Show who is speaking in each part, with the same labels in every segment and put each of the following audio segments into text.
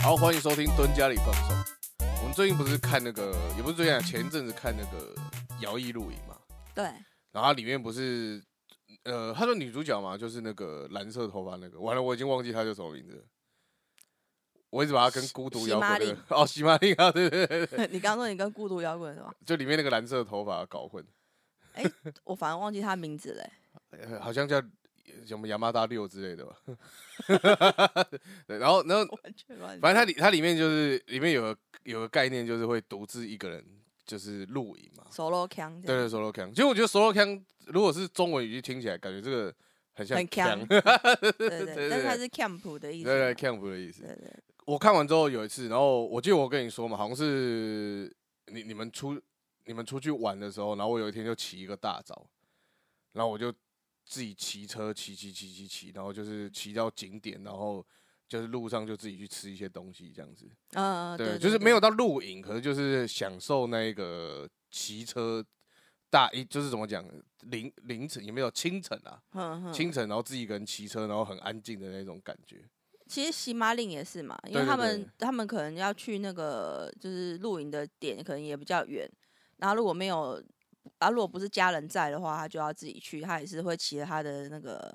Speaker 1: 好，欢迎收听蹲家里放松。我们最近不是看那个，也不是最近啊，前一阵子看那个摇曳露营嘛，
Speaker 2: 对，
Speaker 1: 然后它里面不是，呃，他说女主角嘛，就是那个蓝色头发那个，完了我已经忘记她叫什么名字了，我一直把她跟孤独
Speaker 2: 喜
Speaker 1: 摇滚那
Speaker 2: 玛丽
Speaker 1: 个哦， 喜玛丽啊，对对对，
Speaker 2: 你刚刚说你跟孤独摇滚是吧？
Speaker 1: 就里面那个蓝色头发搞混，
Speaker 2: 我反而忘记他名字 嘞、
Speaker 1: 呃好像叫什么亚麻达六之类的吧， 对，然后然后
Speaker 2: 完全忘记。
Speaker 1: 反正它里它里面就是里面有个有个概念，就是会独自一个人就是露营嘛。
Speaker 2: solo 腔这
Speaker 1: 对
Speaker 2: 样，
Speaker 1: 对，solo 腔。其实我觉得 solo 腔如果是中文语句听起来，感觉这个很像
Speaker 2: 很
Speaker 1: 腔
Speaker 2: 腔，
Speaker 1: 对
Speaker 2: 对对
Speaker 1: 对
Speaker 2: 但是
Speaker 1: 对
Speaker 2: 他是 camp 的意思嘛，
Speaker 1: 对，腔不的意思。
Speaker 2: 对对
Speaker 1: 我看完之后有一次，然后我记得我跟你说嘛，好像是你你们出你们出去玩的时候，然后我有一天就起一个大早，然后我就自己骑车骑骑骑骑骑，然后就是骑到景点，然后就是路上就自己去吃一些东西这样子。
Speaker 2: 嗯，嗯
Speaker 1: 对，
Speaker 2: 对，
Speaker 1: 就是
Speaker 2: 对
Speaker 1: 没有，到露营，可是就是享受那个骑车大一，就是怎么讲，凌凌晨也没有清晨啊，
Speaker 2: 嗯哼。
Speaker 1: 清晨然后自己一个人骑车，然后很安静的那种感觉。
Speaker 2: 其实喜马令也是嘛，因
Speaker 1: 对
Speaker 2: 为
Speaker 1: 对
Speaker 2: 他们
Speaker 1: 对
Speaker 2: 他们可能要去那个就是露营的点，可能也比较远，然后如果没有啊，如果不是家人在的话，他就要自己去，他也是会骑着他的那个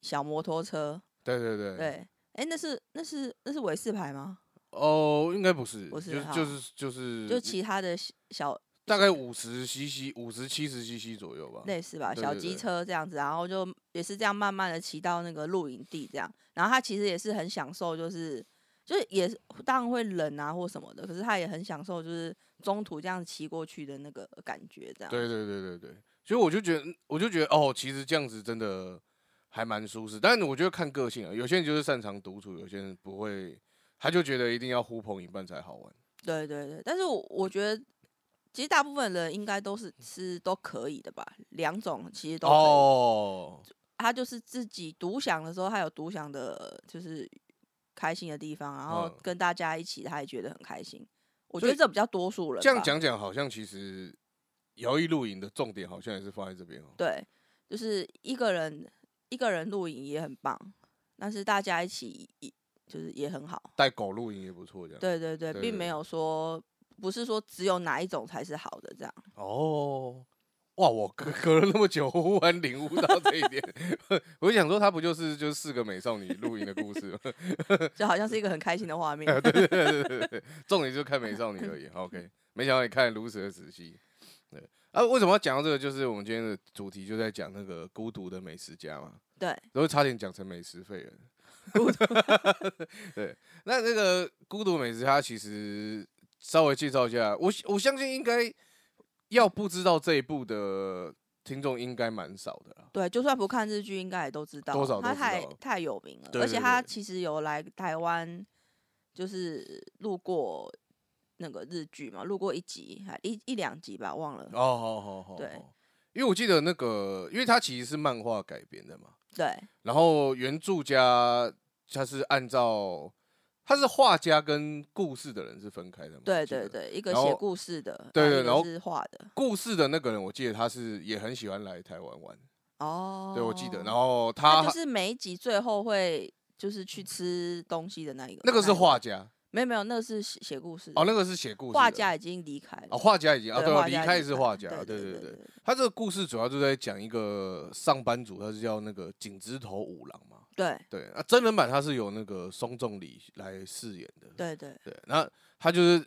Speaker 2: 小摩托车，
Speaker 1: 对对对，
Speaker 2: 对。哎、那是那是那是韦氏牌吗？
Speaker 1: 哦，应该不是，
Speaker 2: 不是
Speaker 1: 就是
Speaker 2: 哈
Speaker 1: 就是就是
Speaker 2: 就其他的小小
Speaker 1: 大概五十 CC，五十七十 CC 左右吧。
Speaker 2: 类似吧，
Speaker 1: 哦对
Speaker 2: 小
Speaker 1: 对
Speaker 2: 机
Speaker 1: 对
Speaker 2: 车这样子，然后就也是这样慢慢的骑到那个露营地这样，然后他其实也是很享受，就是就是也是当然会冷啊或什么的，可是他也很享受就是中途这样骑过去的那个呃感觉这样。
Speaker 1: 对对对对对，所以我就觉得，我就觉得哦，其实这样子真的还蛮舒适。但我觉得看个性啊，有些人就是擅长独处，有些人不会，他就觉得一定要呼朋引伴才好玩。
Speaker 2: 对对对，但是我我觉得其实大部分人应该都是是都可以的吧，两种其实都可以。
Speaker 1: 哦，
Speaker 2: 他就是自己独享的时候，他有独享的，就是开心的地方，然后
Speaker 1: 嗯
Speaker 2: 跟大家一起，他也觉得很开心。我觉
Speaker 1: 所以
Speaker 2: 得这比较多数人
Speaker 1: 这样
Speaker 2: 吧，
Speaker 1: 讲讲，好像其实摇曳露营的重点好像也是放在这边哦。
Speaker 2: 对，就是一个人一个人露营也很棒，但是大家一起一就是也很好。
Speaker 1: 带狗露营也不错，这样。。
Speaker 2: 对对对，
Speaker 1: 对
Speaker 2: 并
Speaker 1: 对
Speaker 2: 没有说不是说只有哪一种才是好的这样。
Speaker 1: 哦，哇，我隔隔了那么久，我忽然领悟到这一点。 我就想说，它不就是就是四个美少女露营的故事吗？
Speaker 2: 就好像是一个很开心的画面。
Speaker 1: 对对对对对，重点就是看美少女而已。OK，没 想到你看得如此的仔细。对啊，为什么要讲到这个？就是我们今天的主题就在讲那个孤独的美食家嘛。
Speaker 2: 对，
Speaker 1: 都差点讲成美食废人。 对，那这个孤独美食，它其实稍微介绍一下，我我相信应该要不知道这一部的听众应该蛮少的啦。
Speaker 2: 对，就算不看日剧，应该也都知道，
Speaker 1: 多少
Speaker 2: 他
Speaker 1: 都知
Speaker 2: 太
Speaker 1: 道
Speaker 2: 太有名了，
Speaker 1: 对
Speaker 2: 而
Speaker 1: 对
Speaker 2: 且他
Speaker 1: 对
Speaker 2: 其实有来台湾，就是录过那个日剧嘛，录过一集，还一一两集吧，忘了。
Speaker 1: 哦，好好好，
Speaker 2: 嗯对
Speaker 1: 好，因为我记得那个，因为它其实是漫画改编的嘛，
Speaker 2: 对
Speaker 1: 然后原著家他是按照他是画家跟故事的人是分开的嘛，我
Speaker 2: 对
Speaker 1: 记得
Speaker 2: 对对，一个
Speaker 1: 然
Speaker 2: 写
Speaker 1: 后
Speaker 2: 故事的，
Speaker 1: 对
Speaker 2: 啊
Speaker 1: 对
Speaker 2: 一
Speaker 1: 然后
Speaker 2: 个是画的，
Speaker 1: 故事的那个人，我记得他是也很喜欢来台湾玩，
Speaker 2: 哦，
Speaker 1: 对我记得。然后
Speaker 2: 他
Speaker 1: 他
Speaker 2: 就是每一集最后会就是去吃东西的那一个，
Speaker 1: 那个
Speaker 2: 一
Speaker 1: 是
Speaker 2: 位，
Speaker 1: 画家
Speaker 2: 没有没有，那个是写写故事的
Speaker 1: 哦，，那个是写故事的
Speaker 2: 画家已经离开了
Speaker 1: 哦，，画家已经啊，对啊，
Speaker 2: 画
Speaker 1: 离
Speaker 2: 家已
Speaker 1: 开
Speaker 2: 经
Speaker 1: 是
Speaker 2: 了
Speaker 1: 画家，
Speaker 2: 对
Speaker 1: 对
Speaker 2: 对
Speaker 1: 对对。他这个故事主要就在讲一个上班族，他是叫那个井之头五郎嘛，
Speaker 2: 对
Speaker 1: 对啊，真人版他是由那个松重里来饰演的，
Speaker 2: 对对。
Speaker 1: 对，那他就是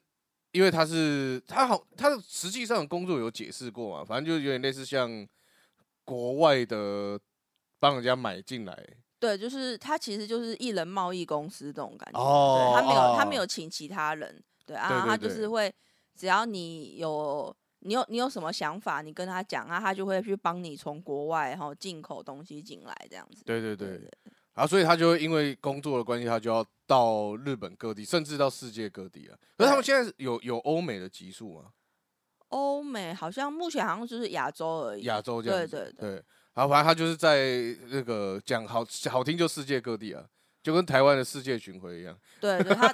Speaker 1: 因为他是他好，他的实际上的工作有解释过嘛，反正就是有点类似像国外的帮人家买进来，
Speaker 2: 对，就是他其实就是艺人贸易公司这种感觉，
Speaker 1: 哦
Speaker 2: 对他没有、他
Speaker 1: 哦
Speaker 2: 没有请其他人，对啊，
Speaker 1: 对对
Speaker 2: 他就
Speaker 1: 对
Speaker 2: 是会只要你有你有你有什么想法，你跟他讲啊，他就会去帮你从国外然后进口东西进来这样子。
Speaker 1: 对对
Speaker 2: 对
Speaker 1: 对，然后所以他就会因为工作的关系，他就要到日本各地，甚至到世界各地啊。可是他们
Speaker 2: 对
Speaker 1: 现在是有有欧美的集数吗？
Speaker 2: 欧美好像目前好像就是亚洲而已，
Speaker 1: 亚洲这样
Speaker 2: 对
Speaker 1: 子
Speaker 2: 对对
Speaker 1: 然后反正他就是在那个讲好好听就世界各地啊，就跟台湾的世界巡回一样。
Speaker 2: 对对，他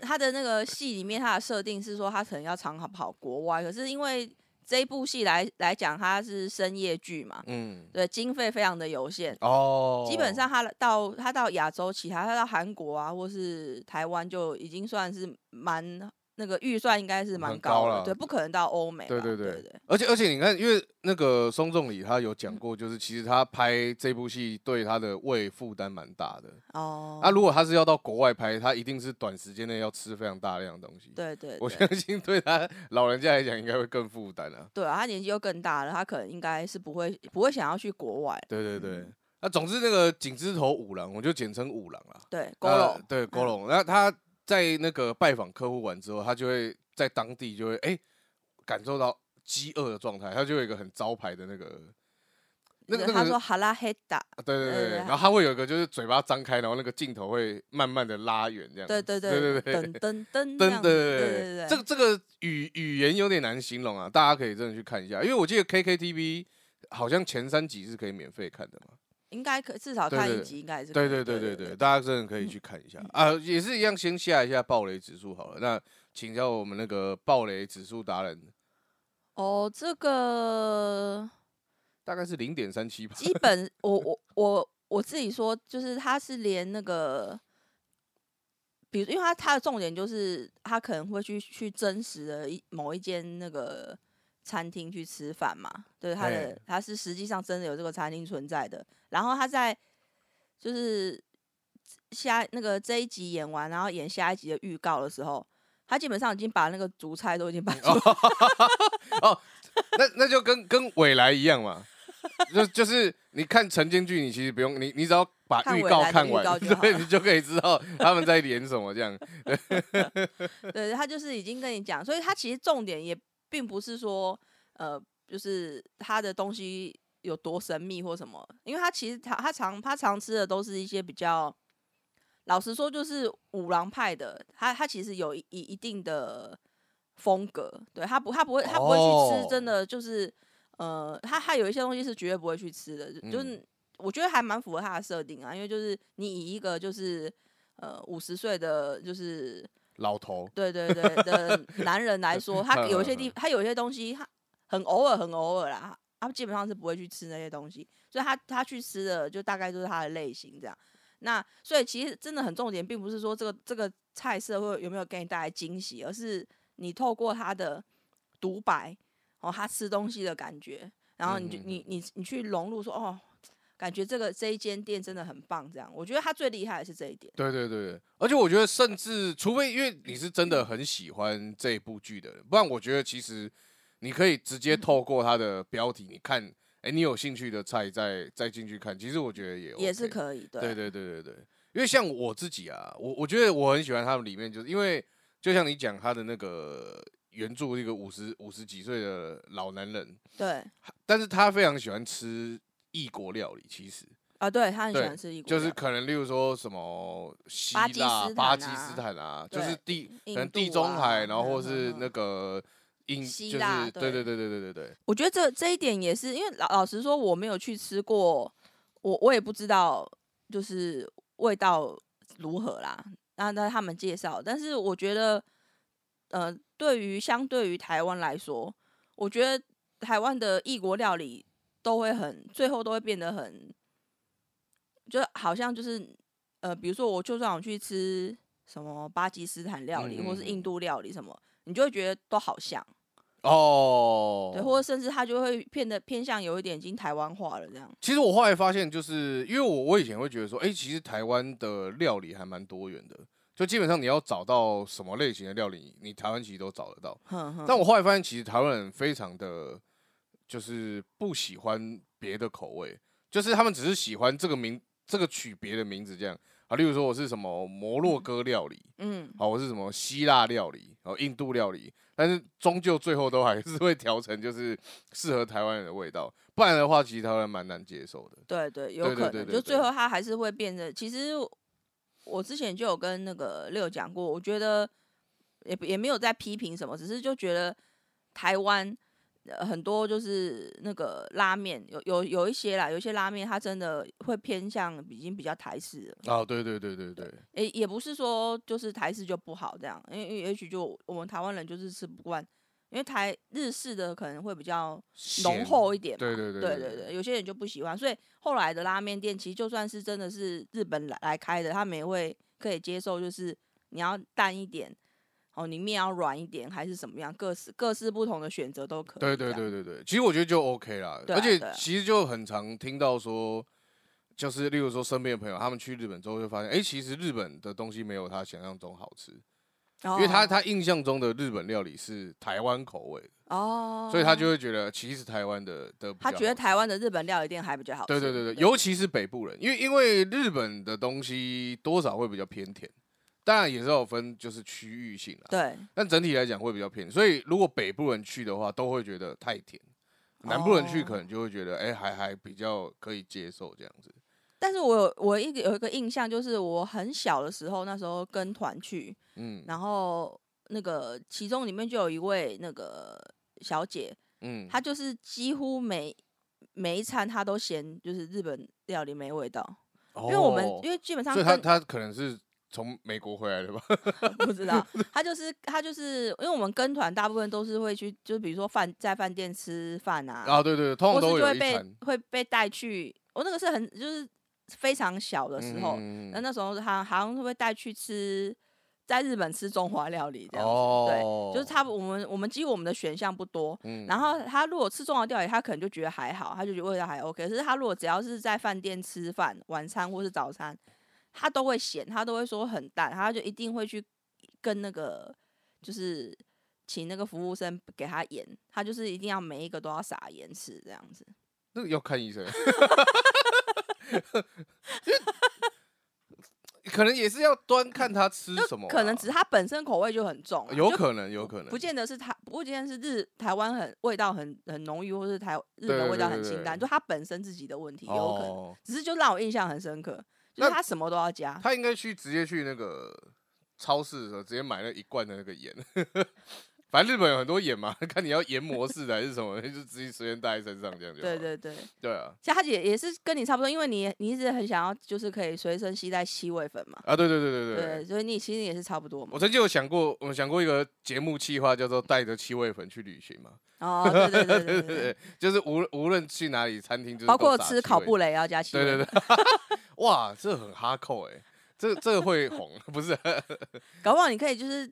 Speaker 2: 他的那个戏里面他的设定是说他可能要常跑跑国外，可是因为这一部戏来来讲，它是深夜剧嘛，
Speaker 1: 嗯，
Speaker 2: 对，经费非常的有限。
Speaker 1: 哦，
Speaker 2: 基本上他到他到亚洲其他，他到韩国啊，或是台湾就已经算是蛮那个预算应该是蛮
Speaker 1: 很高
Speaker 2: 了，
Speaker 1: 了
Speaker 2: 对，不可能到欧美吧。
Speaker 1: 对
Speaker 2: 对
Speaker 1: 对对而且而且你看，因为那个松重里他有
Speaker 2: 嗯
Speaker 1: 讲过，就是其实他拍这部戏对他的胃负担蛮大的。
Speaker 2: 哦，
Speaker 1: 那、如果他是要到国外拍，他一定是短时间内要吃非常大量的东西。
Speaker 2: 对对
Speaker 1: 我
Speaker 2: 对，
Speaker 1: 相信对他老人家来讲应该会更负担啊。
Speaker 2: 对啊，他年纪又更大了，他可能应该是不会不会想要去国外。
Speaker 1: 对对对，
Speaker 2: 嗯
Speaker 1: 那总之那个井之头五郎，我就简称五郎啦。
Speaker 2: 对，
Speaker 1: 那
Speaker 2: 高龙，嗯
Speaker 1: 对郭龙，那他在那个拜访客户完之后，他就会在当地就会哎、感受到饥饿的状态，他就有一个很招牌的那个。那个那
Speaker 2: 他
Speaker 1: 个
Speaker 2: 说哈拉黑达，
Speaker 1: 啊对对
Speaker 2: 对
Speaker 1: 对
Speaker 2: 对，
Speaker 1: 然后他会有一个就是嘴巴张开，然后那个镜头会慢慢的拉远这样。
Speaker 2: 对对
Speaker 1: 对对对
Speaker 2: 噔噔噔这
Speaker 1: 真的
Speaker 2: 样子，对对对，
Speaker 1: 这个这个语语言有点难形容啊，大家可以真的去看一下，因为我记得 KKTV 好像前三集是可以免费看的嘛。
Speaker 2: 应该可至少
Speaker 1: 对
Speaker 2: 看
Speaker 1: 对
Speaker 2: 一
Speaker 1: 对
Speaker 2: 集应该也是可
Speaker 1: 对
Speaker 2: 以，
Speaker 1: 对对对对，大家真的可
Speaker 2: 嗯
Speaker 1: 以去看一下啊，也是一样，先下一下暴雷指数好了。那请教我们那个暴雷指数达人，
Speaker 2: 哦，这个
Speaker 1: 大概是零点三七吧。
Speaker 2: 基本我我我我自己说，就是他是连那个，比如因为他他的重点就是他可能会去去真实的一某一间那个餐厅去吃饭嘛，对他的
Speaker 1: 嘿
Speaker 2: 他是实际上真的有这个餐厅存在的，然后他在就是下那个这一集演完，然后演下一集的预告的时候。他基本上已经把那个主菜都已经 把
Speaker 1: 那那就跟跟未来一样 嘛，就就是你看晨间剧，你其实不用你你只要把
Speaker 2: 看
Speaker 1: 预
Speaker 2: 未
Speaker 1: 告
Speaker 2: 来的
Speaker 1: 看
Speaker 2: 预
Speaker 1: 完，
Speaker 2: 告就好
Speaker 1: 对
Speaker 2: 了
Speaker 1: 你就可以知道他们在演什么这 样。
Speaker 2: 对他就是已经跟你讲，所以他其实重点也并不是说，呃，就是他的东西有多神秘或什么，因为他其实他他常他常吃的都是一些比较，老实说就是五郎派的，他他其实有一一一定的风格，对他不他不会他不会去吃真
Speaker 1: 哦
Speaker 2: 的就是，呃，他他有一些东西是绝对不会去吃的，就
Speaker 1: 嗯
Speaker 2: 是我觉得还蛮符合他的设定啊，因为就是你以一个就是。呃，五十岁的就是
Speaker 1: 老头，
Speaker 2: 对对对的男人来说，
Speaker 1: 嗯
Speaker 2: 他有一些地，他有一些东西，他很偶尔，很偶尔啦，他基本上是不会去吃那些东西，所以他他去吃的就大概就是他的类型这样。那所以其实真的很重点，并不是说这个这个菜色会有没有给你带来惊喜，而是你透过他的独白，哦，他吃东西的感觉，然后你就
Speaker 1: 嗯嗯
Speaker 2: 你你你去融入说哦。感觉这个这一间店真的很棒，这样我觉得他最厉害的是这一点。
Speaker 1: 对对对，对而且我觉得，甚至除非因为你是真的很喜欢这部剧的人，不然我觉得其实你可以直接透过它的标题，你看，哎，你有兴趣的菜再再进去看，其实我觉得也、OK、
Speaker 2: 也是可以，对啊
Speaker 1: 对对对对对，因为像我自己啊，我我觉得我很喜欢他们里面，就是因为就像你讲他的那个原著一个五十五十几岁的老男人，
Speaker 2: 对
Speaker 1: 但是他非常喜欢吃异国料理，其实
Speaker 2: 啊，对他很喜
Speaker 1: 对
Speaker 2: 欢吃异国
Speaker 1: 就
Speaker 2: 料理，
Speaker 1: 是可能例如说什么希
Speaker 2: 巴基
Speaker 1: 腊、
Speaker 2: 斯
Speaker 1: 巴
Speaker 2: 坦
Speaker 1: 基斯
Speaker 2: 啊
Speaker 1: 坦啊，就是
Speaker 2: 对
Speaker 1: 地可
Speaker 2: 印
Speaker 1: 能地
Speaker 2: 度
Speaker 1: 中
Speaker 2: 啊
Speaker 1: 海，然后或
Speaker 2: 嗯
Speaker 1: 是
Speaker 2: 嗯
Speaker 1: 那个印，
Speaker 2: 希
Speaker 1: 就是
Speaker 2: 腊
Speaker 1: 对对
Speaker 2: 对
Speaker 1: 对对对对对，
Speaker 2: 我觉得这这一点也是，因为老老实说，我没有去吃过，我我也不知道就是味道如何啦。那那他们介绍，但是我觉得，呃，对于相对于台湾来说，我觉得台湾的异国料理都会很，最后都会变得很，就好像就是呃，比如说我就算我去吃什么巴基斯坦料理，
Speaker 1: 嗯
Speaker 2: 或是
Speaker 1: 嗯嗯
Speaker 2: 印度料理什么，你就会觉得都好像。
Speaker 1: 哦，
Speaker 2: 对，或者甚至他就会变得偏向有一点已经台湾化了这样。
Speaker 1: 其实我后来发现，就是因为我我以前会觉得说，哎、其实台湾的料理还蛮多元的，就基本上你要找到什么类型的料理，你台湾其实都找得到。
Speaker 2: 哼哼，
Speaker 1: 但我后来发现，其实台湾人非常的，就是不喜欢别的口味，就是他们只是喜欢这个名这个取别的名字这样啊。例如说，我是什么摩洛哥料理，
Speaker 2: 嗯，
Speaker 1: 好，我是什么希腊料理，然后印度料理，但是终究最后都还是会调成就是适合台湾人的味道，不然的话，其实台湾人蛮难接受的。
Speaker 2: 对对，有
Speaker 1: 对
Speaker 2: 可能，
Speaker 1: 对对
Speaker 2: 就
Speaker 1: 对
Speaker 2: 最
Speaker 1: 对
Speaker 2: 后他还是会变得。其实我之前就有跟那个六讲过，我觉得也不也没有在批评什么，只是就觉得台湾。呃很多就是那个拉面，有有有一些啦，有一些拉面它真的会偏向已经比较台式了，
Speaker 1: 哦，对对对对对，
Speaker 2: 也也不是说就是台式就不好这样，因为因为也许就我们台湾人就是吃不惯因为台日式的可能会比较浓
Speaker 1: 咸
Speaker 2: 厚一点嘛，
Speaker 1: 对对对
Speaker 2: 对
Speaker 1: 对
Speaker 2: 对对，有些人就不喜欢，所以后来的拉面店其实就算是真的是日本来来开的，他们也会可以接受，就是你要淡一点，哦，你面要软一点，还是怎么样，各式各式不同的选择都可以。
Speaker 1: 对对，对对对，其实我觉得就 OK 啦，
Speaker 2: 对啊
Speaker 1: 而且
Speaker 2: 对啊
Speaker 1: 其实就很常听到说，就是例如说身边的朋友，他们去日本之后就发现，哎、其实日本的东西没有他想象中好吃，
Speaker 2: 因
Speaker 1: 因为他他印象中的日本料理是台湾口味的，
Speaker 2: 哦，
Speaker 1: 所以他就会觉得其实台湾的的比
Speaker 2: 他
Speaker 1: 较
Speaker 2: 觉得
Speaker 1: 好
Speaker 2: 台湾的日本料理店还比较好吃。
Speaker 1: 对对对对，尤其是北部人，因为因为日本的东西多少会比较偏甜，当然也是有分就是区域性啊啦，
Speaker 2: 对
Speaker 1: 但整体来讲会比较偏，所以如果北部人去的话，都会觉得太甜；南部人去
Speaker 2: 哦
Speaker 1: 可能就会觉得，哎、还还比较可以接受这样子。
Speaker 2: 但是我有我一个有一个印象，就是我很小的时候，那时候跟团去，
Speaker 1: 嗯
Speaker 2: 然后那个其中里面就有一位那个小姐，
Speaker 1: 嗯，
Speaker 2: 她就是几乎每每一餐她都嫌就是日本料理没味道，因为我们
Speaker 1: 哦
Speaker 2: 因为基本上
Speaker 1: 所以他
Speaker 2: 跟
Speaker 1: 他可能是从美国回来的吧？
Speaker 2: 不 知道，她就是她就是因为我们跟团大部分都是会去，就比如说饭在饭店吃饭啊，
Speaker 1: 啊，对对，对通
Speaker 2: 或
Speaker 1: 常
Speaker 2: 是
Speaker 1: 都
Speaker 2: 就
Speaker 1: 有
Speaker 2: 会
Speaker 1: 一
Speaker 2: 被
Speaker 1: 餐
Speaker 2: 会被带去，我那个是很就是非常小的时候，
Speaker 1: 嗯
Speaker 2: 那、那时候他好像会被带去吃，在日本吃中华料理这样子，
Speaker 1: 哦
Speaker 2: 对，就是他我们我们几乎我们的选项不多。
Speaker 1: 嗯
Speaker 2: 然后他如果吃中华料理，他可能就觉得还好，他就觉得味道还 OK。可是他如果只要是在饭店吃饭，晚餐或是早餐，他都会嫌，他都会说很淡，他就一定会去跟那个就是请那个服务生给他盐，他就是一定要每一个都要撒盐吃这样子。
Speaker 1: 那个要看医生， 可能也是要端看他吃
Speaker 2: 就
Speaker 1: 什么啦，
Speaker 2: 可能只是他本身口味就很重啊、
Speaker 1: 哦有
Speaker 2: 就
Speaker 1: 可能，有可能，
Speaker 2: 不见得是台，不见得是日台湾很味道很很浓郁，或是台日
Speaker 1: 对
Speaker 2: 本味道
Speaker 1: 对
Speaker 2: 很
Speaker 1: 对
Speaker 2: 清
Speaker 1: 对
Speaker 2: 淡，就他本身自己的问题有可能，
Speaker 1: 哦
Speaker 2: 只是就让我印象很深刻，就
Speaker 1: 那
Speaker 2: 是他什么都要加，
Speaker 1: 他应该去直接去那个超市的时候，直接买了一罐的那个盐。 反正日本有很多盐嘛， 看你要研磨式的还是什么，就直接随便带在身上这样就好
Speaker 2: 对
Speaker 1: 了。
Speaker 2: 对对，
Speaker 1: 对啊，
Speaker 2: 其实他也也是跟你差不多，因为你你一直很想要就是可以随身携带七味粉嘛，
Speaker 1: 啊对对对对对。
Speaker 2: 对，所以你其实也是差不多嘛
Speaker 1: 我，曾经有想过，我想过一个节目企划，叫做“带着七味粉去旅行”嘛，
Speaker 2: 哦，对对对对
Speaker 1: 对
Speaker 2: 对对，
Speaker 1: 对，就是无论无论去哪里餐厅，就是
Speaker 2: 包
Speaker 1: 都
Speaker 2: 括
Speaker 1: 撒
Speaker 2: 吃
Speaker 1: 七
Speaker 2: 烤
Speaker 1: 味
Speaker 2: 布雷也要加七味
Speaker 1: 对
Speaker 2: 粉，
Speaker 1: 对对，哇，这很哈扣哎、这这个会红， 不是？
Speaker 2: 搞不好你可以就是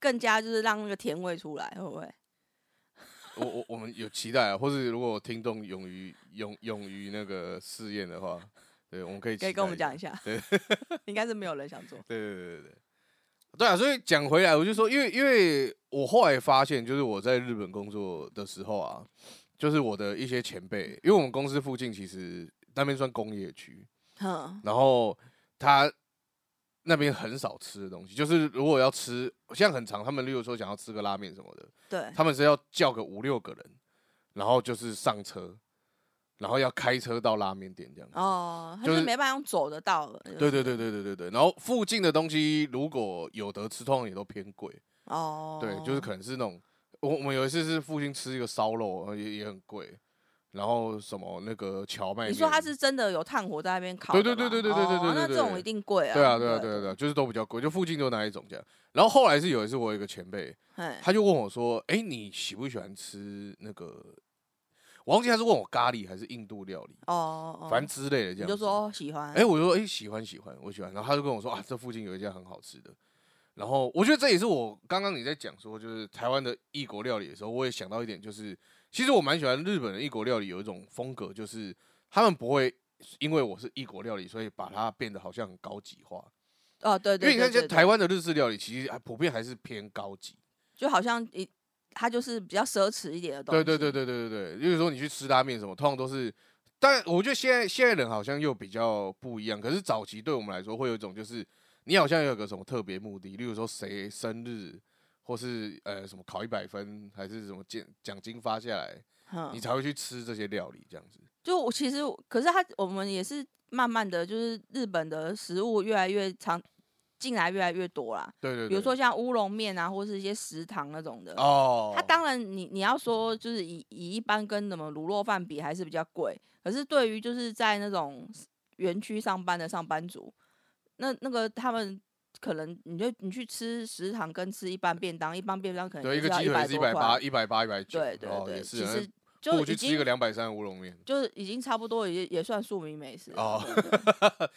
Speaker 2: 更加就是让那个甜味出来，会不会？
Speaker 1: 我我我们有期待啊，或是如果听众勇于勇勇于那个试验的话，对，我们可以
Speaker 2: 可以
Speaker 1: 期
Speaker 2: 跟我
Speaker 1: 待
Speaker 2: 们
Speaker 1: 一下
Speaker 2: 讲一下，
Speaker 1: 对，
Speaker 2: 应该是没有 人想做，
Speaker 1: 对对对对对，对啊，所以讲回来，我就说，因为因为我后来发现，就是我在日本工作的时候啊，就是我的一些前辈，因为我们公司附近其实那边算工业区，
Speaker 2: 哼，
Speaker 1: 然后他那边很少吃的东西，就是如果要吃，像很长，他们例如说想要吃个拉面什么的，
Speaker 2: 对。
Speaker 1: 他们是要叫个五六个人，然后就是上车，然后要开车到拉面店这样子。
Speaker 2: 哦，他
Speaker 1: 就
Speaker 2: 就是
Speaker 1: 是
Speaker 2: 没办法用走得到了。
Speaker 1: 对对对对对对对，然后附近的东西如果有得吃，通常也都偏贵。
Speaker 2: 哦，
Speaker 1: 对，就是可能是那种，我我们有一次是附近吃一个烧肉，呃也也很贵，然后什么那个荞麦面，
Speaker 2: 你说他是真的有炭火在那边烤的
Speaker 1: 对
Speaker 2: 吗，
Speaker 1: 对对对对对对
Speaker 2: 哦
Speaker 1: 对
Speaker 2: 那
Speaker 1: 对
Speaker 2: 这种
Speaker 1: 对
Speaker 2: 一定贵啊。
Speaker 1: 对啊对啊对啊对啊，就是都比较贵，就附近就那一种这样。然后后来是有一次我有一个前辈，
Speaker 2: 嘿
Speaker 1: 他就问我说：“哎、你喜不喜欢吃那个？”我忘记他是问我咖喱还是印度料理，
Speaker 2: 哦哦，哦
Speaker 1: 反正之类的这
Speaker 2: 你
Speaker 1: 样。
Speaker 2: 就，说哦喜欢，
Speaker 1: 哎、我就说，哎、喜欢喜欢，我喜欢。然后他就跟我说，啊，这附近有一家很好吃的。然后我觉得这也是我刚刚你在讲说，就是台湾的异国料理的时候，我也想到一点，就是其实我蛮喜欢日本的异国料理，有一种风格，就是他们不会因为我是异国料理，所以把它变得好像很高级化。
Speaker 2: 哦对
Speaker 1: 因为
Speaker 2: 对
Speaker 1: 你看，
Speaker 2: 对
Speaker 1: 现
Speaker 2: 对，
Speaker 1: 在台湾的日式料理其实还普遍还是偏高级。
Speaker 2: 就好像一，它就是比较奢侈一点的东
Speaker 1: 对
Speaker 2: 西。
Speaker 1: 对对对对对对，就是说你去吃拉面什么，通常都是，但我觉得现在现在人好像又比较不一样。可是早期对我们来说，会有一种就是你好像有个什么特别目的，例如说谁生日，或是呃什么考一百分，还是什么奖奖金发下来，你
Speaker 2: 哼，
Speaker 1: 才会去吃这些料理这样子。
Speaker 2: 就我其实可是它我们也是慢慢的就是日本的食物越来越常进来越来越多啦，
Speaker 1: 对对对，
Speaker 2: 比如说像乌龙面啊，或是一些食堂那种的。
Speaker 1: 哦，
Speaker 2: 它当然你，你要说就是以以一般跟什么卤肉饭比还是比较贵，可是对于就是在那种园区上班的上班族，那那个他们可能你就你去吃食堂跟吃一般便当，一般便当可能
Speaker 1: 对，一
Speaker 2: 就
Speaker 1: 个
Speaker 2: 要
Speaker 1: 鸡腿
Speaker 2: 百
Speaker 1: 是一
Speaker 2: 多
Speaker 1: 百八、
Speaker 2: 块，
Speaker 1: 一百八、一百九，
Speaker 2: 对对
Speaker 1: 哦
Speaker 2: 对，
Speaker 1: 也是
Speaker 2: 其
Speaker 1: 啊。
Speaker 2: 实
Speaker 1: 那不如
Speaker 2: 就
Speaker 1: 去
Speaker 2: 已
Speaker 1: 吃一个
Speaker 2: 经
Speaker 1: 两百三的乌龙面，
Speaker 2: 就是已经差不多也也算庶民美食了
Speaker 1: 哦
Speaker 2: 对对对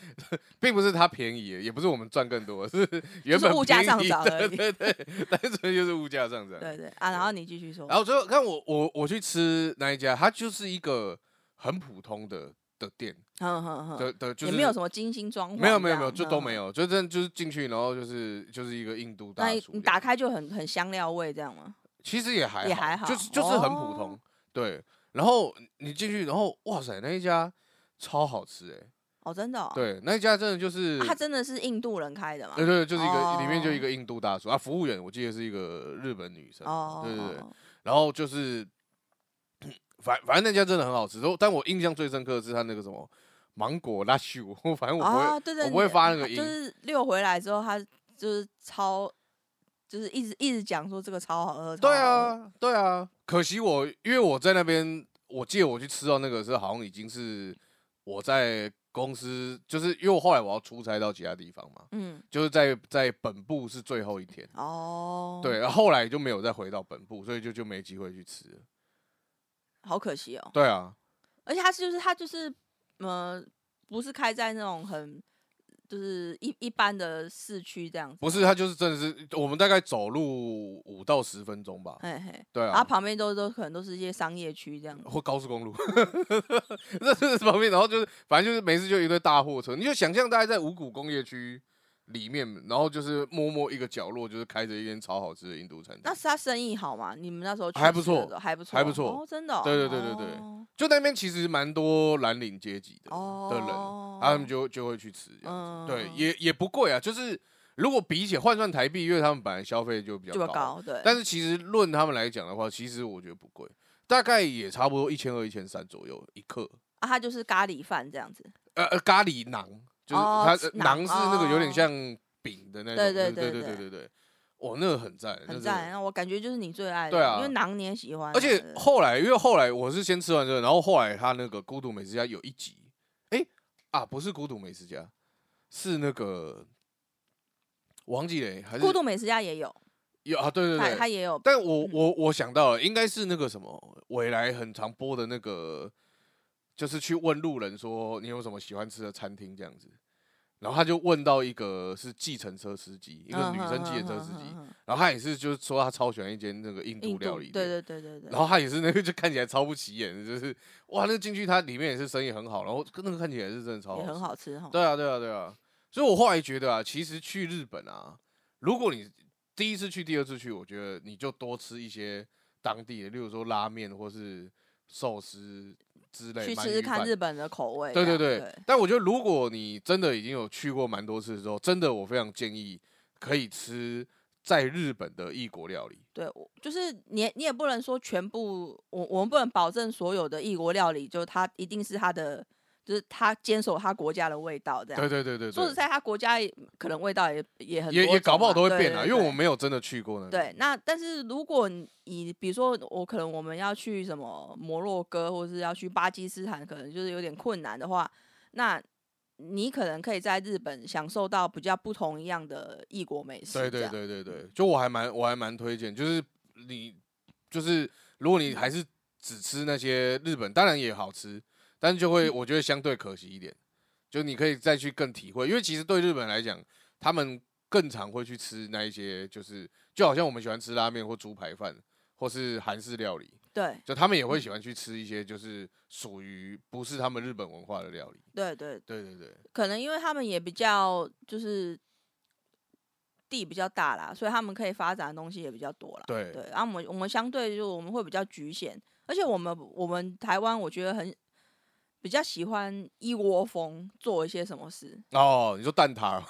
Speaker 1: 并不是它便宜，也不是我们赚更多，是原
Speaker 2: 就是
Speaker 1: 本
Speaker 2: 物价
Speaker 1: 便
Speaker 2: 上
Speaker 1: 宜
Speaker 2: 涨
Speaker 1: 的
Speaker 2: 而已
Speaker 1: 对对 对，单纯就是物价上涨。
Speaker 2: 对对啊，然后你继续说，
Speaker 1: 然后最后看我我我去吃那一家，它就是一个很普通的的店
Speaker 2: 哼哼哼，
Speaker 1: 的的，就
Speaker 2: 嗯也
Speaker 1: 是
Speaker 2: 没有什么精心装潢这样，
Speaker 1: 没有没有没有，就都没
Speaker 2: 有。
Speaker 1: 有，就真的就是进去，然后就是就是一个印度大
Speaker 2: 那你
Speaker 1: 厨
Speaker 2: 你
Speaker 1: 这样
Speaker 2: 打开就很很香料味这样吗？
Speaker 1: 其实也还
Speaker 2: 也还
Speaker 1: 就
Speaker 2: 好
Speaker 1: 是就是很普
Speaker 2: 哦
Speaker 1: 通，对。然后你进去，然后哇塞，那一家超好吃哎、
Speaker 2: 哦，真的、哦，
Speaker 1: 对，那一家真的就是，
Speaker 2: 啊他真的是印度人开的吗？
Speaker 1: 对对，就是一个里面就一
Speaker 2: 哦
Speaker 1: 个印度大叔啊，服务员我记得是一个日本女生，
Speaker 2: 哦，
Speaker 1: 对对对
Speaker 2: 哦，
Speaker 1: 然后就是，反反正那家真的很好吃。然后但我印象最深刻的是他那个什么芒果拉秀，反正我不会，
Speaker 2: 哦，对对，
Speaker 1: 我不会
Speaker 2: 你
Speaker 1: 发那个
Speaker 2: 他
Speaker 1: 音
Speaker 2: 就是溜回来之后，他就是超，就是一直一直讲说这个超好喝。超
Speaker 1: 对
Speaker 2: 好喝，
Speaker 1: 啊对啊。可惜我因为我在那边，我记得我去吃到那个时候，好像已经是我在公司，就是因为我后来我要出差到其他地方嘛，
Speaker 2: 嗯，
Speaker 1: 就是在在本部是最后一天。
Speaker 2: 哦，，
Speaker 1: 对，然后后来就没有再回到本部，所以就就没机会去吃了。
Speaker 2: 好可惜哦。
Speaker 1: 对啊，
Speaker 2: 而且他是就是他就是，呃，不是开在那种很就是一一般的市区这样子，
Speaker 1: 不是，他就是真的是我们大概走路五到十分钟吧。
Speaker 2: 嘿嘿，
Speaker 1: 对
Speaker 2: 嗯
Speaker 1: 啊哦
Speaker 2: 然后旁边都都可能都是一些商业区这样子。
Speaker 1: 或高速公路， 这是旁边，然后就是反正就是每次就一堆大货车，你就想象大概在五谷工业区里面，然后就是默默一个角落，就是开着一间超好吃的印度餐厅
Speaker 2: 那，是他生意好吗？你们那时候去
Speaker 1: 还不
Speaker 2: 吃的
Speaker 1: 错
Speaker 2: 时候还不错，
Speaker 1: 还不错
Speaker 2: 哦，真的哦、
Speaker 1: 对对对对对
Speaker 2: 哦
Speaker 1: 就那边其实蛮多蓝领阶级的
Speaker 2: 哦
Speaker 1: 的人，啊他们就就会去吃这样，
Speaker 2: 嗯，
Speaker 1: 对，也也不贵啊，就是如果比起换算台币，因为他们本来消费就比
Speaker 2: 这么
Speaker 1: 较高，
Speaker 2: 高，对，
Speaker 1: 但是其实论他们来讲的话，其实我觉得不贵，大概也差不多一千二、一千三左右一克，
Speaker 2: 啊，它就是咖喱饭这样子，
Speaker 1: 呃呃，咖喱馕，就是
Speaker 2: 哦
Speaker 1: 它
Speaker 2: 吃
Speaker 1: 呃
Speaker 2: 馕
Speaker 1: 馕是那个有点
Speaker 2: 哦
Speaker 1: 像饼的那种，
Speaker 2: 对
Speaker 1: 对对
Speaker 2: 对对
Speaker 1: 对对
Speaker 2: 对
Speaker 1: 对，哇，那个很赞，那
Speaker 2: 很
Speaker 1: 是
Speaker 2: 赞。。嗯那我感觉就是你最爱的，
Speaker 1: 对啊
Speaker 2: 因为馕你也喜欢啊，
Speaker 1: 而且
Speaker 2: 对
Speaker 1: 后来，因为后来我是先吃完这个，然后后来他那个孤独美食家有一集，哎、啊，不是孤独美食家，是那个王继磊还是
Speaker 2: 孤独美食家也有，
Speaker 1: 有啊？对对
Speaker 2: 它
Speaker 1: 对，
Speaker 2: 它也有，
Speaker 1: 但我
Speaker 2: 嗯
Speaker 1: 我我想到了，应该是那个什么未来很常播的那个，就是去问路人说你有什么喜欢吃的餐厅这样子，然后他就问到一个是计程车司机，一
Speaker 2: 一
Speaker 1: 个女生计程车司机，然后他也是就是说他超喜欢一间那个印
Speaker 2: 印
Speaker 1: 度料
Speaker 2: 度，
Speaker 1: 理
Speaker 2: 对
Speaker 1: 店，
Speaker 2: 对对对对，
Speaker 1: 然后他也是那个就看起来超不起眼，就是哇那进去他里面也是生意很好，然后那个看起来是真的超好
Speaker 2: 也
Speaker 1: 吃
Speaker 2: 很好吃哈，
Speaker 1: 对啊，对啊，对啊。所以我后来觉得啊，其实去日本啊，如果你第一次去、第二次去，我觉得你就多吃一些当地的，例如说拉面或是寿司之类。
Speaker 2: 去
Speaker 1: 鳗
Speaker 2: 吃吃
Speaker 1: 鱼
Speaker 2: 看
Speaker 1: 饭
Speaker 2: 日本的口味这
Speaker 1: 对
Speaker 2: 样，
Speaker 1: 对
Speaker 2: 对
Speaker 1: 对。但我觉得，如果你真的已经有去过蛮多次之后，真的我非常建议可以吃在日本的异国料理。
Speaker 2: 对，我就是你也，你也不能说全部，我我们不能保证所有的异国料理，就它一定是它的，就是它坚守它国家的味道这样。
Speaker 1: 对对对对
Speaker 2: 说实
Speaker 1: 对，
Speaker 2: 在，它国家也可能味道也也很
Speaker 1: 也
Speaker 2: 多
Speaker 1: 也搞
Speaker 2: 种
Speaker 1: 不好
Speaker 2: 嘛
Speaker 1: 都会
Speaker 2: 对
Speaker 1: 变
Speaker 2: 对
Speaker 1: 啊，因为我
Speaker 2: 对
Speaker 1: 没有真的去过那。
Speaker 2: 对，，那但是如果你以比如说我可能我们要去什么摩洛哥，或是要去巴基斯坦，可能就是有点困难的话，那你可能可以在日本享受到比较不同一样的异国美食。
Speaker 1: 对
Speaker 2: 这
Speaker 1: 对
Speaker 2: 样，
Speaker 1: 对对对，就我还蛮我还蛮推荐，就是你就是如果你还是只吃那些日本，当然也好吃，但就会我觉得相对可惜一点，就你可以再去更体会，因为其实对日本来讲，他们更常会去吃那一些，就是就好像我们喜欢吃拉面或猪排饭或是韩式料理，
Speaker 2: 对
Speaker 1: 就他们也会喜欢去吃一些就是属于不是他们日本文化的料理。
Speaker 2: 对对，
Speaker 1: 对对对，
Speaker 2: 可能因为他们也比较就是地比较大啦，所以他们可以发展的东西也比较多啦。
Speaker 1: 对
Speaker 2: 对，啊然后我们我们相对就我们会比较局限，而且我们我们台湾我觉得很比较喜欢一窝蜂做一些什么事，
Speaker 1: 哦，你说蛋挞，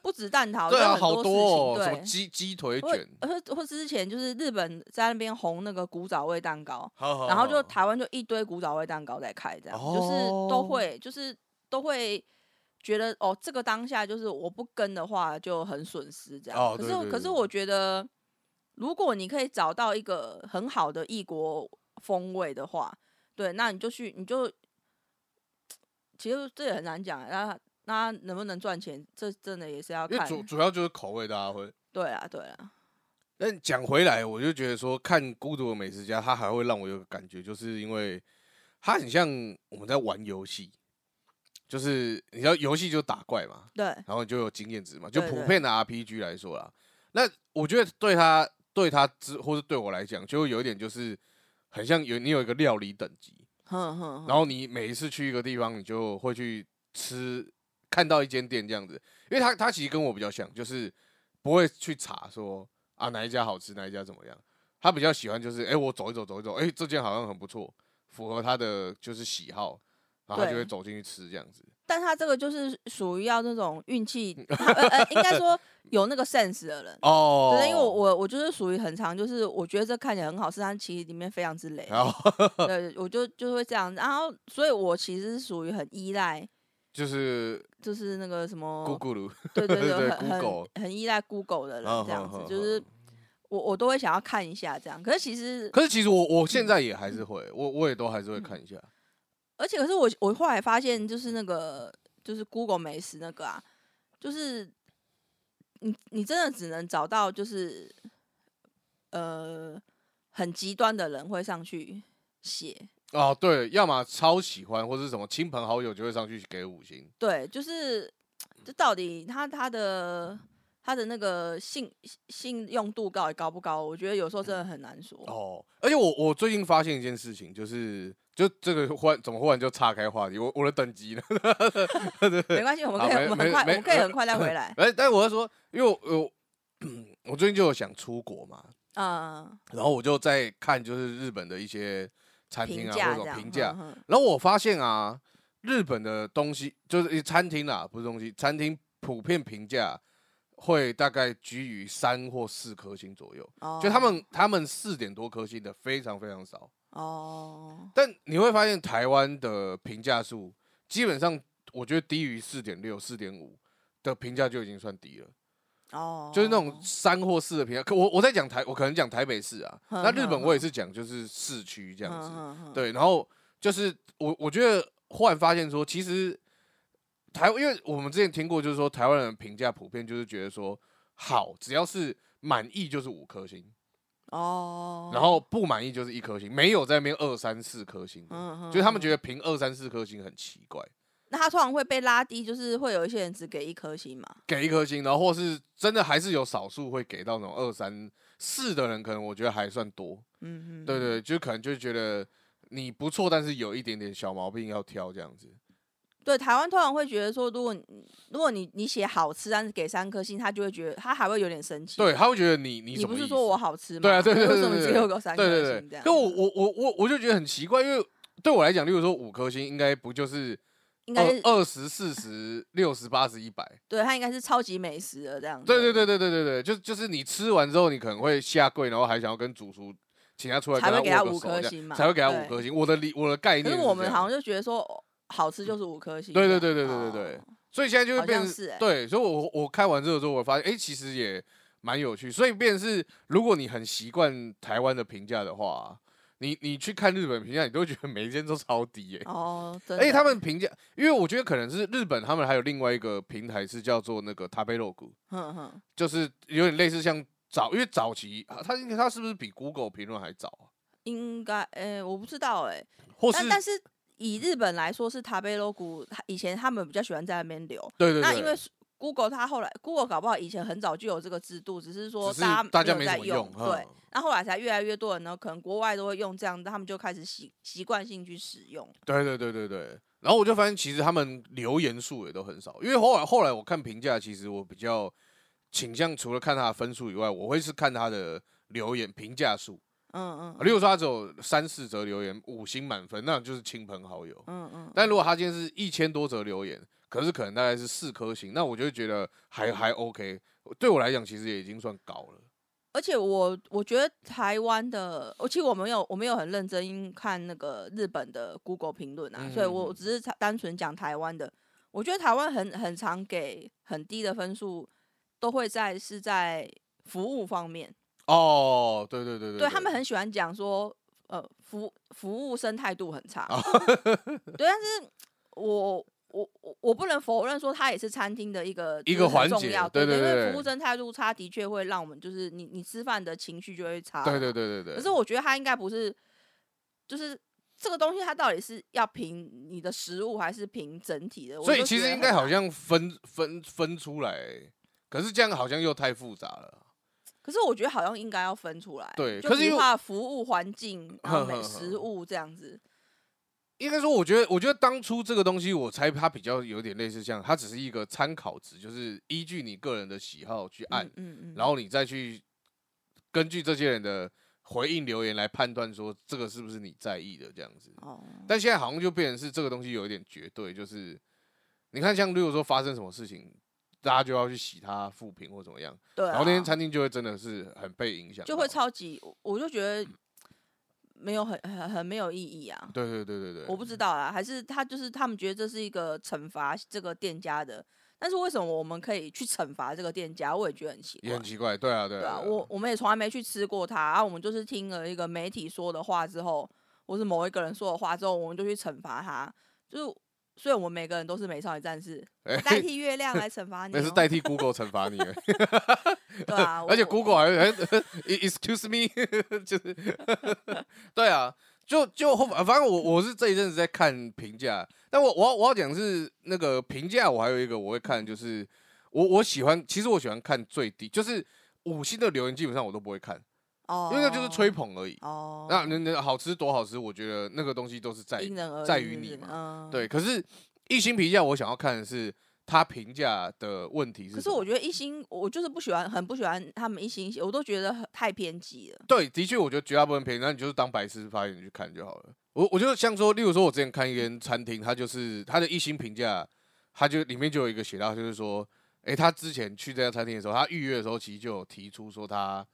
Speaker 2: 不 止蛋挞，
Speaker 1: 对
Speaker 2: 就
Speaker 1: 啊，
Speaker 2: 很
Speaker 1: 好
Speaker 2: 多
Speaker 1: 多哦，
Speaker 2: 事
Speaker 1: 什
Speaker 2: 情
Speaker 1: 么鸡鸡腿
Speaker 2: 对，
Speaker 1: 卷，
Speaker 2: 或或或之前就是日本在那边红那个古早味蛋糕，
Speaker 1: 好好
Speaker 2: 然后就
Speaker 1: 好
Speaker 2: 台湾就一堆古早味蛋糕在开，这样、就是都
Speaker 1: 哦
Speaker 2: 会就是都会觉得哦，这个当下就是我不跟的话就很损失这样。
Speaker 1: 哦
Speaker 2: 可
Speaker 1: 对
Speaker 2: 是
Speaker 1: 对
Speaker 2: 可是
Speaker 1: 对
Speaker 2: 我觉得，如果你可以找到一个很好的异国风味的话，对，那你就去你就。其实这也很难讲，那啊那能不能赚钱，这真的也是要
Speaker 1: 因为
Speaker 2: 看。
Speaker 1: 主主要就是口味，大家会。
Speaker 2: 对啊，对啊，
Speaker 1: 但讲回来，我就觉得说看《孤独的美食家》，它还会让我有个感觉，就是因为它很像我们在玩游戏，就是你知道游戏就打怪嘛，
Speaker 2: 对，
Speaker 1: 然后你就有经验值嘛。就
Speaker 2: 对
Speaker 1: 普
Speaker 2: 对
Speaker 1: 遍的 RPG 来说啦，那我觉得对他对他之或是对我来讲，就会有一点就是很像有你有一个料理等级，
Speaker 2: 哼哼
Speaker 1: 然
Speaker 2: 哼，
Speaker 1: 后你每一次去一个地方，你就会去吃，看到一间店这样子，因为他他其实跟我比较像，就是不会去查说啊哪一家好吃，哪一家怎么样。他比较喜欢就是，哎、我走一走，走一走，哎、这间好像很不错，符合他的就是喜好，然后他就
Speaker 2: 对
Speaker 1: 会走进去吃这样子。
Speaker 2: 但他这个就是属于要那种运气，
Speaker 1: 嗯
Speaker 2: 他呃呃，应该说有那个 sense 的人。
Speaker 1: 哦，
Speaker 2: 对，因为我我我就是属于很常，就是我觉得这看起来很好吃，但其实里面非常之雷。
Speaker 1: 然后
Speaker 2: 对，我就就会这样。然后，所以我其实是属于很依赖，
Speaker 1: 就是
Speaker 2: 就是那个什么
Speaker 1: 咕咕噜，
Speaker 2: 对 对
Speaker 1: 对
Speaker 2: 很很
Speaker 1: Google
Speaker 2: 很依赖 Google 的人
Speaker 1: 嗯
Speaker 2: 这样子
Speaker 1: 哼，
Speaker 2: 就是我我都会想要看一下这样。可是其实，
Speaker 1: 可是其实我我现在也还是会，我我也都还是会看一下。
Speaker 2: 而且可是我我后来发现，就是那个就是 Google 美食那个啊，就是你你真的只能找到就是呃很极端的人会上去写，
Speaker 1: 哦，对，要么超喜欢，或是什么亲朋好友就会上去给五星。
Speaker 2: 对，就是这到底他他的。他的那个信信用度高也高不高？我觉得有时候真的很难说。
Speaker 1: 哦，而且我我最近发现一件事情，就是就这个忽然怎么忽然就岔开话题，我我的等级呢？
Speaker 2: 没关系，我们
Speaker 1: 好
Speaker 2: 可以，
Speaker 1: 没
Speaker 2: 我们很
Speaker 1: 没
Speaker 2: 快，我
Speaker 1: 没。
Speaker 2: 们可以很快再回来
Speaker 1: 哎，但我要说，因为我我我最近就有想出国嘛，
Speaker 2: 嗯，
Speaker 1: 然后我就在看就是日本的一些餐厅
Speaker 2: 评
Speaker 1: 啊
Speaker 2: 价
Speaker 1: 或
Speaker 2: 这
Speaker 1: 者
Speaker 2: 样，
Speaker 1: 评价，
Speaker 2: 嗯嗯
Speaker 1: 然后我发现啊，日本的东西就是一餐厅啦，不是东西，餐厅普遍评价会大概居于三或四颗星左右，
Speaker 2: 哦
Speaker 1: 就他们他们四点多颗星的非常非常少。
Speaker 2: 哦，
Speaker 1: 但你会发现台湾的评价数基本上，我觉得低于四点六、四点五的评价就已经算低了，
Speaker 2: 哦，
Speaker 1: 就是那种三或四的评价。可我我在讲台，我可能讲台北市啊，
Speaker 2: 哼
Speaker 1: 那日
Speaker 2: 哼
Speaker 1: 本
Speaker 2: 哼
Speaker 1: 我也是讲就是市区这
Speaker 2: 这
Speaker 1: 样子。
Speaker 2: 子，
Speaker 1: 对，然后就是我我觉得忽然发现说，其实台因为我们之前听过，就是说台湾人评价普遍就是觉得说好，只要是满意就是五颗星，
Speaker 2: 哦，
Speaker 1: 然后不满意就是一颗星，没有在那边二三四颗星的，
Speaker 2: 嗯
Speaker 1: 就是他们觉
Speaker 2: 得，
Speaker 1: 得评二三四颗星很奇怪，
Speaker 2: 那他通常会被拉低，就是会有一些人只给一颗星嘛，
Speaker 1: 给一颗星，然后或是真的还是有少数会给到那种二三四的人，可能我觉得还算多，
Speaker 2: 嗯嗯，
Speaker 1: 对，对，就可能就觉得你不错，但是有一点点小毛病要挑这样子。
Speaker 2: 对，台湾通常会觉得说，如果你如果你你写好吃，但是给三颗星，他就会觉得他还会有点生气，
Speaker 1: 对，，他会觉得你你
Speaker 2: 你
Speaker 1: 什么
Speaker 2: 不是
Speaker 1: 意
Speaker 2: 说
Speaker 1: 思
Speaker 2: 我好吃吗？
Speaker 1: 对啊对对对
Speaker 2: 为什么
Speaker 1: 对
Speaker 2: 你只
Speaker 1: 对
Speaker 2: 给我三颗
Speaker 1: 对对
Speaker 2: 星这
Speaker 1: 对，
Speaker 2: 样？
Speaker 1: 可我我我我我就觉得很奇怪，因为对我来讲，例如说五颗星，应该不就是
Speaker 2: 应该
Speaker 1: 二
Speaker 2: 是
Speaker 1: 二十四十六十八十一百？
Speaker 2: 对他应该是超级美食了这样子，
Speaker 1: 对对对对对对对，就就是你吃完之后，你可能会下跪，然后还想要跟主厨请他出来
Speaker 2: 才
Speaker 1: 跟
Speaker 2: 会给他
Speaker 1: 握个
Speaker 2: 五
Speaker 1: 手
Speaker 2: 颗
Speaker 1: 这样
Speaker 2: 星嘛
Speaker 1: 才会给他
Speaker 2: 对
Speaker 1: 五颗星。我的理我的概
Speaker 2: 可
Speaker 1: 念
Speaker 2: 是
Speaker 1: 是
Speaker 2: 我
Speaker 1: 这
Speaker 2: 们
Speaker 1: 样
Speaker 2: 好像就觉得说哦好吃就是五颗星这
Speaker 1: 对
Speaker 2: 样，
Speaker 1: 对对对对对对
Speaker 2: 哦
Speaker 1: 所以现在就会
Speaker 2: 好
Speaker 1: 变
Speaker 2: 像
Speaker 1: 成
Speaker 2: 是欸
Speaker 1: 对，所以我我看完这个之后，我发现哎、诶其实也蛮有趣。所以变成是，如果你很习惯台湾的评价的话，你你去看日本评价，你都会觉得每一间都超低耶、
Speaker 2: 哦，真
Speaker 1: 而且
Speaker 2: 的
Speaker 1: 他们评价，因为我觉得可能是日本，他们还有另外一个平台是叫做那个 t a b e l o g
Speaker 2: 哼哼，
Speaker 1: 就是有点类似像早，因为早期啊它应该它是不是比 Google 评论还早啊？
Speaker 2: 应该诶、我不知道诶、欸
Speaker 1: 或是
Speaker 2: 但但是以日本来说，是塔贝罗谷，他以前他们比较喜欢在那边留。
Speaker 1: 对对对，
Speaker 2: 那因为 Google 它后来 Google 搞不好以前很早就有这个制度，只是说
Speaker 1: 只是
Speaker 2: 大
Speaker 1: 大家
Speaker 2: 没
Speaker 1: 没
Speaker 2: 有在
Speaker 1: 什么用，
Speaker 2: 对
Speaker 1: 嗯，
Speaker 2: 那后来才越来越多人呢，可能国外都会用这样，他们就开始习习惯性去使用。
Speaker 1: 对对对对对。然后我就发现，其实他们留言数也都很少，因为后来后来我看评价，其实我比较倾向除了看他的分数以外，我会是看他的留言评价数。
Speaker 2: 嗯嗯
Speaker 1: 啊例如说，他只有三四则留言，五星满分，那就是亲朋好友。
Speaker 2: 嗯嗯，
Speaker 1: 但如果他今天是一千多则留言，可是可能大概是四颗星，那我就会觉得还还 OK。对我来讲，其实也已经算高了。
Speaker 2: 而且我我觉得台湾的，我其实我没有我没有很认真看那个日本的 Google 评论啊，所以我
Speaker 1: 嗯
Speaker 2: 只是单纯讲台湾的。我觉得台湾很很常给很低的分数，都会在是在服务方面，
Speaker 1: 哦，对对对对
Speaker 2: 对
Speaker 1: 对
Speaker 2: 他们很喜欢讲说，
Speaker 1: 哦
Speaker 2: 呃，服服务生态度很差，对，但是我我我我不能否认说它也是餐厅的一个
Speaker 1: 一
Speaker 2: 就是
Speaker 1: 个
Speaker 2: 很
Speaker 1: 环
Speaker 2: 重
Speaker 1: 节
Speaker 2: 要
Speaker 1: 对对
Speaker 2: 对因为
Speaker 1: 对
Speaker 2: 服务生态度差的确会让我们就是你你吃饭的情绪就会差，
Speaker 1: 对对。对对
Speaker 2: 啊可
Speaker 1: 对。
Speaker 2: 是我觉得它应该不是，就是这个东西它到底是要凭你的食物还是凭整体的？我
Speaker 1: 所以
Speaker 2: 就
Speaker 1: 其实
Speaker 2: 觉得
Speaker 1: 应
Speaker 2: 很
Speaker 1: 该好
Speaker 2: 难。
Speaker 1: 像分分分出来、可是这样好像又太复杂了。
Speaker 2: 可是我觉得好像应该要分出来，
Speaker 1: 对
Speaker 2: 就
Speaker 1: 可是
Speaker 2: 比如
Speaker 1: 因为
Speaker 2: 话服务环境、然后美
Speaker 1: 呵
Speaker 2: 食
Speaker 1: 呵
Speaker 2: 物这样子，
Speaker 1: 应该说，我觉得，我觉得当初这个东西，我猜它比较有点类似像，它只是一个参考值，就是依据你个人的喜好去按，
Speaker 2: 嗯嗯嗯，
Speaker 1: 哎然后你再去根据这些人的回应留言来判断说这个是不是你在意的这样子。
Speaker 2: 哦，
Speaker 1: 但现在好像就变成是这个东西有一点绝对，就是你看，像如果说发生什么事情，大家就要去洗它负评或怎么样，
Speaker 2: 对啊，
Speaker 1: 然后那间餐厅就会真的是很被影响到，
Speaker 2: 就会超级，我我就觉得没有很很很没有意义啊。
Speaker 1: 对对对对嗯
Speaker 2: 我
Speaker 1: 对，
Speaker 2: 不知道啦，还是他就是他们觉得这是一个惩罚这个店家的，但是为什么我们可以去惩罚这个店家？我也觉得很奇
Speaker 1: 也
Speaker 2: 怪
Speaker 1: 很。奇怪，对啊对
Speaker 2: 对
Speaker 1: 啊
Speaker 2: 啊，，我我们也从来没去吃过它，啊，我们就是听了一个媒体说的话之后，或是某一个人说的话之后，我们就去惩罚他，就是。所以我们每个人都是美少女战士，
Speaker 1: 哎
Speaker 2: 我代替月亮来惩罚你、
Speaker 1: 那
Speaker 2: 哦。
Speaker 1: 是代替 Google 惩罚你而已。
Speaker 2: 对 啊，
Speaker 1: 而且
Speaker 2: 我
Speaker 1: Google 还还 Excuse me，就是 对啊，就就后反正我我是这一阵子在看评价，但我我要我要讲是那个评价，我还有一个我会看，就是我我喜欢，其实我喜欢看最低，就是五星的留言基本上我都不会看，
Speaker 2: 哦，
Speaker 1: 因为那就是吹捧而已。
Speaker 2: 哦，
Speaker 1: 那那那好吃多好吃，我觉得那个东西都是在
Speaker 2: 因人而异，
Speaker 1: 在于
Speaker 2: 是不
Speaker 1: 你
Speaker 2: 是
Speaker 1: 嘛
Speaker 2: 嗯，
Speaker 1: 对，可是一星评价我想要看的是他评价的问题是什么，
Speaker 2: 可是我觉得一星，我就是不喜欢，很不喜欢他们一星，我都觉得很太偏激了。
Speaker 1: 对，的确，我觉得绝大部分便宜，那你就是当白痴发言去看就好了。我我就像说，例如说，我之前看一间餐厅，它就是它的一星评价，它就里面就有一个写到，就是说，诶，他之前去这家餐厅的时候，他预约的时候，其实就有提出说他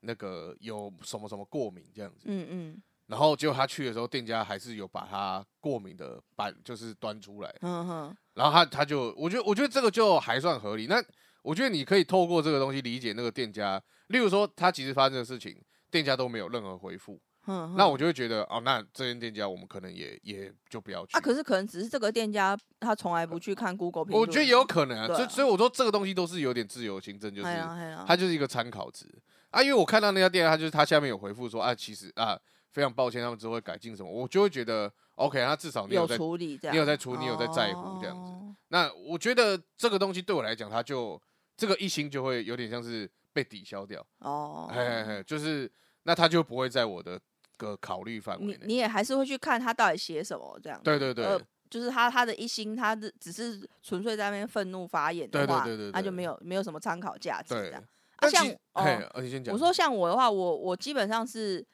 Speaker 1: 那个有什么什么过敏这样子，
Speaker 2: 嗯嗯
Speaker 1: 然后结果他去的时候，店家还是有把他过敏的板就是端出来，
Speaker 2: 嗯哼哼，
Speaker 1: 然后他他就，我觉得我觉得这个就还算合理。那我觉得你可以透过这个东西理解那个店家，例如说他其实发生的事情，店家都没有任何回复，
Speaker 2: 哼哼
Speaker 1: 那我就会觉得哦，那这间店家我们可能也也就不要去。
Speaker 2: 啊，可是可能只是这个店家他从来不去看 Google 评论啊，
Speaker 1: 我觉得也有可能、啊，
Speaker 2: 对啊
Speaker 1: 所以所以我说这个东西都是有点自由行政，就是
Speaker 2: 哎呀，哎呀，
Speaker 1: 它就是一个参考值啊。因为我看到那家店，他就是他下面有回复说啊，其实啊非常抱歉，他们之后会改进什么，我就会觉得 OK，那至少你
Speaker 2: 有
Speaker 1: 在
Speaker 2: 处理这样，
Speaker 1: 你有在处理你有在在乎这样子
Speaker 2: 哦
Speaker 1: 那我觉得这个东西对我来讲，它就这个一星就会有点像是被抵消掉，
Speaker 2: 哦，
Speaker 1: 嘿嘿嘿，就是那它就不会在我的个考虑范围
Speaker 2: 你
Speaker 1: 内。
Speaker 2: 你也还是会去看他到底写什么这样，
Speaker 1: 对对对，
Speaker 2: 呃就是他他的一星，他的只是纯粹在那边愤怒发言的
Speaker 1: 对对
Speaker 2: 话
Speaker 1: 对对，
Speaker 2: 他就
Speaker 1: 对
Speaker 2: 没有没有什么参考价值这
Speaker 1: 对
Speaker 2: 样。。啊，
Speaker 1: 但
Speaker 2: 像
Speaker 1: 其
Speaker 2: 哦
Speaker 1: 嘿，呃你先讲。
Speaker 2: 我说像我的话，我我基本上是，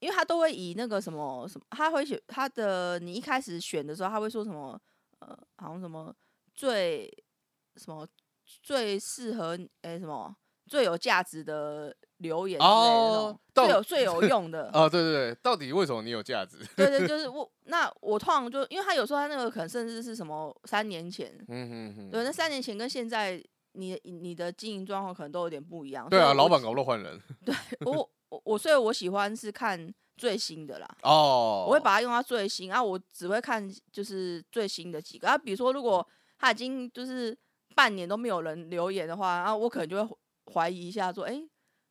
Speaker 2: 因为他都会以那个什么什么，他会选他的，你一开始选的时候，他会说什么，呃，好像什么最什么最适合你，诶、什么最有价值的留言之类的那种
Speaker 1: 哦
Speaker 2: 最
Speaker 1: 到
Speaker 2: 有最有 用的，
Speaker 1: 啊，对对对，到底为什么你有价值？
Speaker 2: 对对，就是我那我通常就因为他有时候他那个可能甚至是什么三年前，
Speaker 1: 嗯哼哼，
Speaker 2: 对，那三年前跟现在你的你的经营状况可能都有点不一样，
Speaker 1: 对
Speaker 2: 所以
Speaker 1: 啊，
Speaker 2: 我
Speaker 1: 老板搞乱换人
Speaker 2: 我我我，所以我喜欢是看最新的啦，
Speaker 1: 哦，
Speaker 2: 我会把它用到最新啊，我只会看就是最新的几个啊。比如说，如果
Speaker 1: 嗯
Speaker 2: 他已经就是半年都没有人留言的话，啊，我可能就会怀疑一下，说，哎、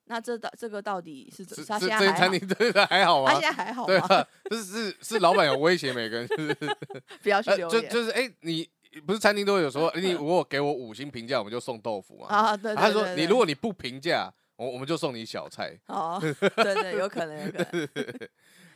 Speaker 2: 那这到这个到底是怎
Speaker 1: 这？
Speaker 2: 他
Speaker 1: 这
Speaker 2: 现
Speaker 1: 这间
Speaker 2: 在还
Speaker 1: 餐
Speaker 2: 好
Speaker 1: 厅 对的还好
Speaker 2: 啊他
Speaker 1: 吗
Speaker 2: 现？在还好
Speaker 1: 对
Speaker 2: 吗？
Speaker 1: 啊，是是是老板有威胁每个人，就是
Speaker 2: 不要去
Speaker 1: 呃
Speaker 2: 留
Speaker 1: 就
Speaker 2: 言、嗯
Speaker 1: 就是哎，你不是餐厅都有说，你如果给我五星评价，我们就送豆腐 嘛。
Speaker 2: 啊，对对
Speaker 1: 他说
Speaker 2: 对
Speaker 1: 你
Speaker 2: 对
Speaker 1: 如果你不评价，我我们就送你小菜。
Speaker 2: 哦，对对，有可能有可 能，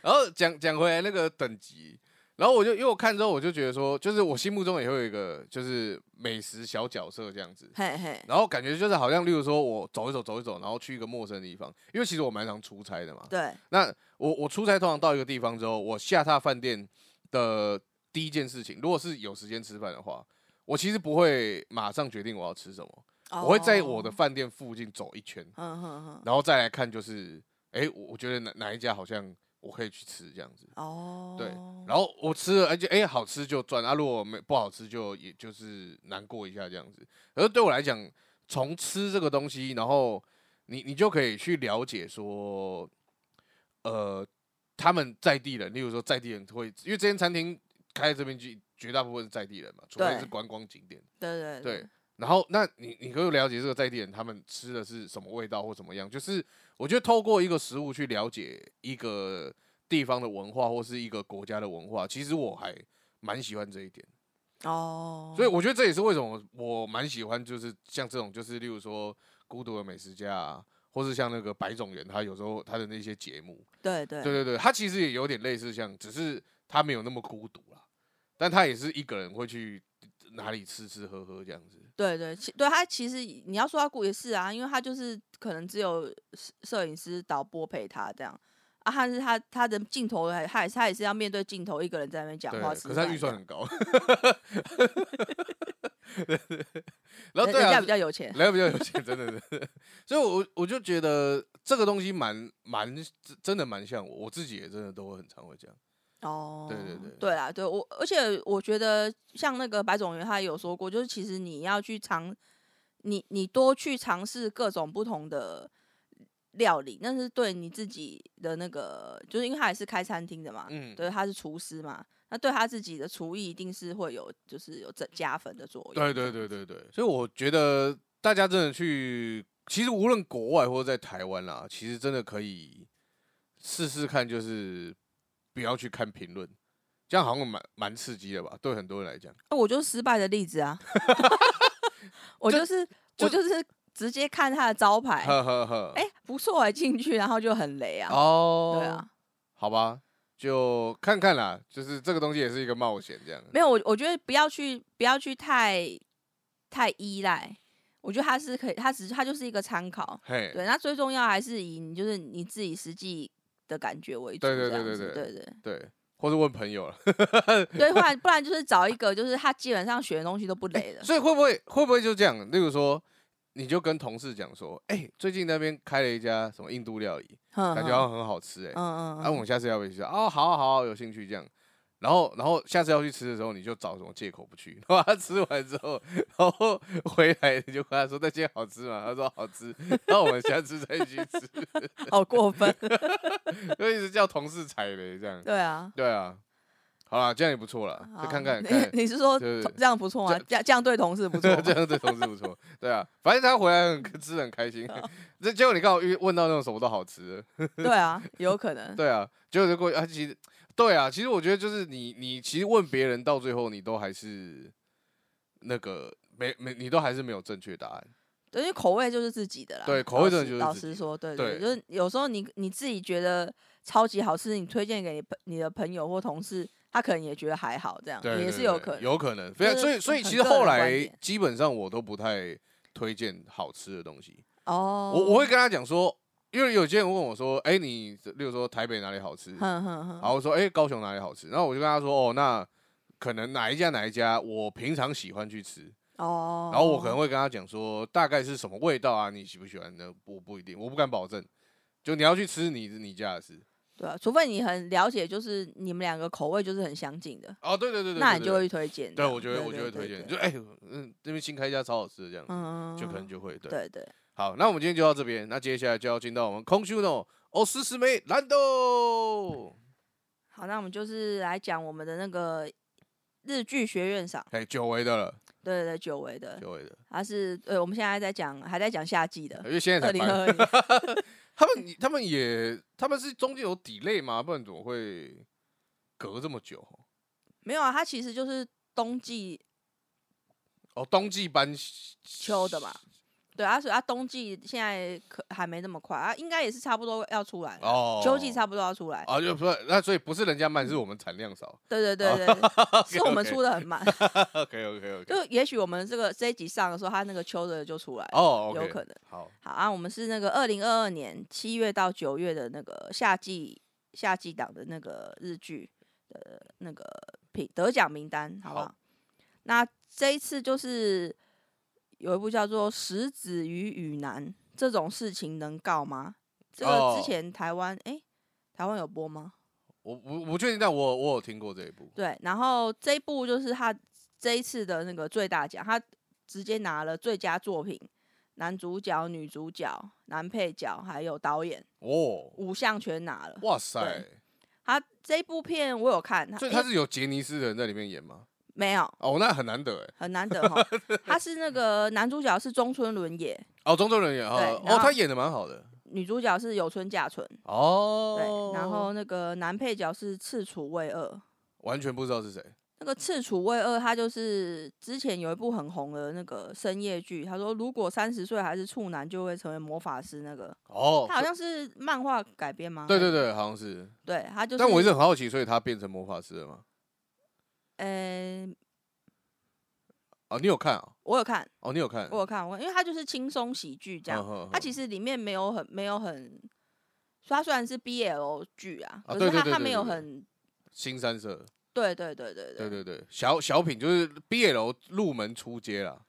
Speaker 1: 然后讲讲回来那个等级，然后我就因为我看之后我就觉得说，就是我心目中也会有一个就是美食小角色这样子。
Speaker 2: 嘿嘿，
Speaker 1: 然后感觉就是好像，例如说我走一走走一走，然后去一个陌生的地方，因为其实我蛮常出差的嘛。
Speaker 2: 对，
Speaker 1: 那我我出差通常到一个地方之后，我下榻饭店的第一件事情，如果是有时间吃饭的话，我其实不会马上决定我要吃什么，我会在我的
Speaker 2: 哦，
Speaker 1: 饭店附近走一圈，
Speaker 2: 嗯哼哼，
Speaker 1: 然后再来看，就是哎、诶我我觉得哪哪一家好像我可以去吃这样子。
Speaker 2: 哦，
Speaker 1: 对然后我吃了，而且哎、诶好吃就赚，啊，如果没不好吃就也就是难过一下这样子。而对我来讲，从吃这个东西，然后你你就可以去了解说，呃，他们在地人，例如说在地人会，因为这间餐厅开这边去，绝大部分是在地人嘛，除非
Speaker 2: 对
Speaker 1: 是观光景点。
Speaker 2: 对对
Speaker 1: 对，然后那你你可以了解这个在地人他们吃的是什么味道或怎么样，就是我觉得透过一个食物去了解一个地方的文化或是一个国家的文化，其实我还蛮喜欢这一点。
Speaker 2: 哦，
Speaker 1: 所以我觉得这也是为什么我蛮喜欢，就是像这种，就是例如说《孤独的美食家》啊，或是像那个白种人，他有时候他的那些节目，
Speaker 2: 对对
Speaker 1: 对对对，他其实也有点类似像，只是他没有那么孤独啦，但他也是一个人会去哪里吃吃喝喝这样子。
Speaker 2: 对对，其对他其实你要说他顾也是啊，因为他就是可能只有摄摄影师、导播陪他这样啊，他是他他的镜头还他也是他也是要面对镜头一个人在那边讲
Speaker 1: 对，
Speaker 2: 话
Speaker 1: 可
Speaker 2: 吃
Speaker 1: 是
Speaker 2: 饭这样，
Speaker 1: 他预算很高。 然后对
Speaker 2: 人人
Speaker 1: 啊
Speaker 2: 家比，较有钱，
Speaker 1: 来比较有钱，真的是，所以我，我就觉得这个东西蛮蛮真真的蛮像我，我自己也真的都会很常会这样。
Speaker 2: 哦，
Speaker 1: 对对对
Speaker 2: 对啊，对我，而且我觉得像那个白种元他也有说过，就是其实你要去尝，你你多去尝试各种不同的料理，那是对你自己的那个，就是因为他也是开餐厅的嘛，
Speaker 1: 嗯
Speaker 2: 对，他是厨师嘛，那对他自己的厨艺一定是会有就是有增加分的作用。
Speaker 1: 对对对对对，所以我觉得大家真的去，其实无论国外或者在台湾啦，其实真的可以试试看，就是不要去看评论，这样好像蛮蛮刺激的吧？对很多人来讲，
Speaker 2: 那我就是失败的例 子啊，我
Speaker 1: 就
Speaker 2: 就是
Speaker 1: 就
Speaker 2: 我就是直接看他的招牌，
Speaker 1: 呵呵呵，
Speaker 2: 哎、不错哎、进去然后就很雷啊，
Speaker 1: 哦，
Speaker 2: 对啊。，
Speaker 1: 好吧，就看看啦，就是这个东西也是一个冒险，这样。
Speaker 2: 没有，我我觉得不要去不要去太太依赖，我觉得它是可以，它只是它就是一个参考。
Speaker 1: 嘿，
Speaker 2: 对，那最重要还是以你就是你自己实际的感觉为主，
Speaker 1: 对对
Speaker 2: 这样
Speaker 1: 对
Speaker 2: 子
Speaker 1: 对
Speaker 2: 对对
Speaker 1: 对，或者问朋友了。
Speaker 2: 对，不然不然就是找一个就是他基本上学的东西都不累 的，
Speaker 1: 所以会不会会不会就这样？例如说，你就跟同事讲说，哎、最近那边开了一家什么印度料理，
Speaker 2: 嗯
Speaker 1: 感觉好像很好吃、哎、
Speaker 2: 嗯嗯
Speaker 1: 啊，我
Speaker 2: 嗯，
Speaker 1: 们下次要不要去吃？哦，好啊好啊有兴趣这样。然后，然后下次要去吃的时候，你就找什么借口不去。 然后他吃完之后，然后回来你就跟他说那间好吃吗？他说好吃， 那我们下次再去吃。
Speaker 2: 嗯好过分，
Speaker 1: 就一直叫同事踩雷这样。
Speaker 2: 对啊。
Speaker 1: 对啊，好啦，这样也不错啦，
Speaker 2: 好
Speaker 1: 就看看
Speaker 2: 你。
Speaker 1: 看
Speaker 2: 你是说
Speaker 1: 就是
Speaker 2: 这样不错吗？这样这样对同事不错吗，
Speaker 1: 这样对同事不错，对啊，反正他回来很吃的很开心。这结果你刚好遇问到那种什么都好吃的，
Speaker 2: 对啊，有可能，
Speaker 1: 对啊，结果就过去啊，其实对啊，其实我觉得就是你你其实问别人到最后你都还是那个没没你都还是没有正确答案，
Speaker 2: 对，因为口味就是自己的啦。
Speaker 1: 对口味真的
Speaker 2: 老
Speaker 1: 就是自
Speaker 2: 实老实
Speaker 1: 己
Speaker 2: 说，对
Speaker 1: 对
Speaker 2: 对，就是有时候你你自己觉得超级好吃，你推荐给你朋你的朋友或同事，他可能也觉得还好，这样
Speaker 1: 对，
Speaker 2: 啊也
Speaker 1: 对
Speaker 2: 是
Speaker 1: 对
Speaker 2: 有可能。
Speaker 1: 有可能，非常
Speaker 2: 就是
Speaker 1: 所以所以
Speaker 2: 很
Speaker 1: 其实
Speaker 2: 个人
Speaker 1: 后
Speaker 2: 观
Speaker 1: 来
Speaker 2: 点
Speaker 1: 基本上我都不太推荐好吃的东西，
Speaker 2: 哦，
Speaker 1: 我我会，跟他讲说，因为有些人问我说，哎，你例如说台北哪里好吃，
Speaker 2: 哼哼哼，
Speaker 1: 然后我说，哎、高雄哪里好吃？然后我就跟他说，哦，那可能哪一家哪一家，我平常喜欢去吃。
Speaker 2: 哦，
Speaker 1: 然后我可能会跟他讲说，大概是什么味道啊？你喜不喜欢呢？我不一定，我不敢保证。就你要去吃你你家的事。
Speaker 2: 对啊，除非你很了解，就是你们两个口味就是很相近的，
Speaker 1: 哦，对对对对，
Speaker 2: 那
Speaker 1: 对
Speaker 2: 你就会。去推荐这
Speaker 1: 对，
Speaker 2: 样。
Speaker 1: 我就会我就会
Speaker 2: 对
Speaker 1: 推
Speaker 2: 对
Speaker 1: 荐，就
Speaker 2: 对
Speaker 1: 哎，嗯，那边新开一家超好吃的这样子，
Speaker 2: 嗯，
Speaker 1: 就可能就会对。
Speaker 2: 对对，
Speaker 1: 好，那我们今天就到这边，那接下来就要进到我们空虚诺哦，思思梅兰豆，
Speaker 2: 好，那我们就是来讲我们的那个日剧学院赏，
Speaker 1: 哎，久违的了，
Speaker 2: 对对对，久违的，
Speaker 1: 久违的，
Speaker 2: 它是呃，我们现在在讲还在讲夏季的
Speaker 1: 因为 现在
Speaker 2: 二
Speaker 1: 才
Speaker 2: 零
Speaker 1: 搬
Speaker 2: 二零。
Speaker 1: 他们他们也他们是中间有 delay 吗？不然怎么会隔这么久？
Speaker 2: 没有啊，它其实就是冬季
Speaker 1: 哦，冬季班
Speaker 2: 秋的嘛。对啊，所以它冬季现在可还没那么快啊，应该也是差不多要出来了，
Speaker 1: 哦，
Speaker 2: 秋季差不多要出来。
Speaker 1: 啊，就不是那所以不是人家慢，是我们产量少。
Speaker 2: 对对对对，是我们出的很慢，
Speaker 1: 哦 OK OK OK，
Speaker 2: 就也许我们这个这一集上的时候，它那个秋的就出来了，
Speaker 1: 哦，OK，
Speaker 2: 有可能。
Speaker 1: 好，
Speaker 2: 好啊，我们是那个二零二二年七月到九月的那个夏季夏季档的那个日剧的那个评得奖名单，好不好？
Speaker 1: 好
Speaker 2: 那这一次就是有一部叫做《石子与雨男》，这种事情能告吗？这个
Speaker 1: 哦
Speaker 2: 之前台湾诶，台湾有播吗？
Speaker 1: 我我我不确定，但我我有听过这一部。
Speaker 2: 对，然后这一部就是他这一次的那个最大奖，他直接拿了最佳作品、男主角、女主角、男配角，还有导演
Speaker 1: 哦，
Speaker 2: 五项全拿了。
Speaker 1: 哇塞
Speaker 2: 对，他这部片我有看，
Speaker 1: 所以
Speaker 2: 因为
Speaker 1: 他是有杰尼斯人在里面演吗？
Speaker 2: 没有
Speaker 1: 哦，那很难得哎。
Speaker 2: 很 难得哈。他是那个男主角是中村伦也，
Speaker 1: 哦，中州人演
Speaker 2: 对
Speaker 1: 哦，
Speaker 2: 然
Speaker 1: 哦，
Speaker 2: 后
Speaker 1: 他演的蛮好的
Speaker 2: 女主角是有村架纯，
Speaker 1: 哦
Speaker 2: 对，。然后那个男配角是赤楚卫二。
Speaker 1: 完全不知道是谁
Speaker 2: 那个赤楚卫二，他就是之前有一部很红的那个深夜剧，他说如果三十岁还是处男，就会成为魔法师。那个
Speaker 1: 哦
Speaker 2: 他。好像是漫画改编吗？
Speaker 1: 对对对，好像是。
Speaker 2: 对，他就是。
Speaker 1: 但我一直很好奇，所以他变成魔法师了吗？
Speaker 2: 呃，
Speaker 1: 哦，你有看啊？
Speaker 2: 我有看，
Speaker 1: 哦，你有看？嗯
Speaker 2: 我有看，我因为他就是轻松喜剧这样，
Speaker 1: 样
Speaker 2: 它其实里面没有很没有很，它虽然是 BL 剧啊，
Speaker 1: 啊
Speaker 2: 可
Speaker 1: 对
Speaker 2: 是
Speaker 1: 对
Speaker 2: 它
Speaker 1: 对
Speaker 2: 它
Speaker 1: 对
Speaker 2: 没有
Speaker 1: 对
Speaker 2: 很，
Speaker 1: 新三色，
Speaker 2: 对对对对
Speaker 1: 对
Speaker 2: 对，
Speaker 1: 对对，小小品就是 BL 入门出街啦。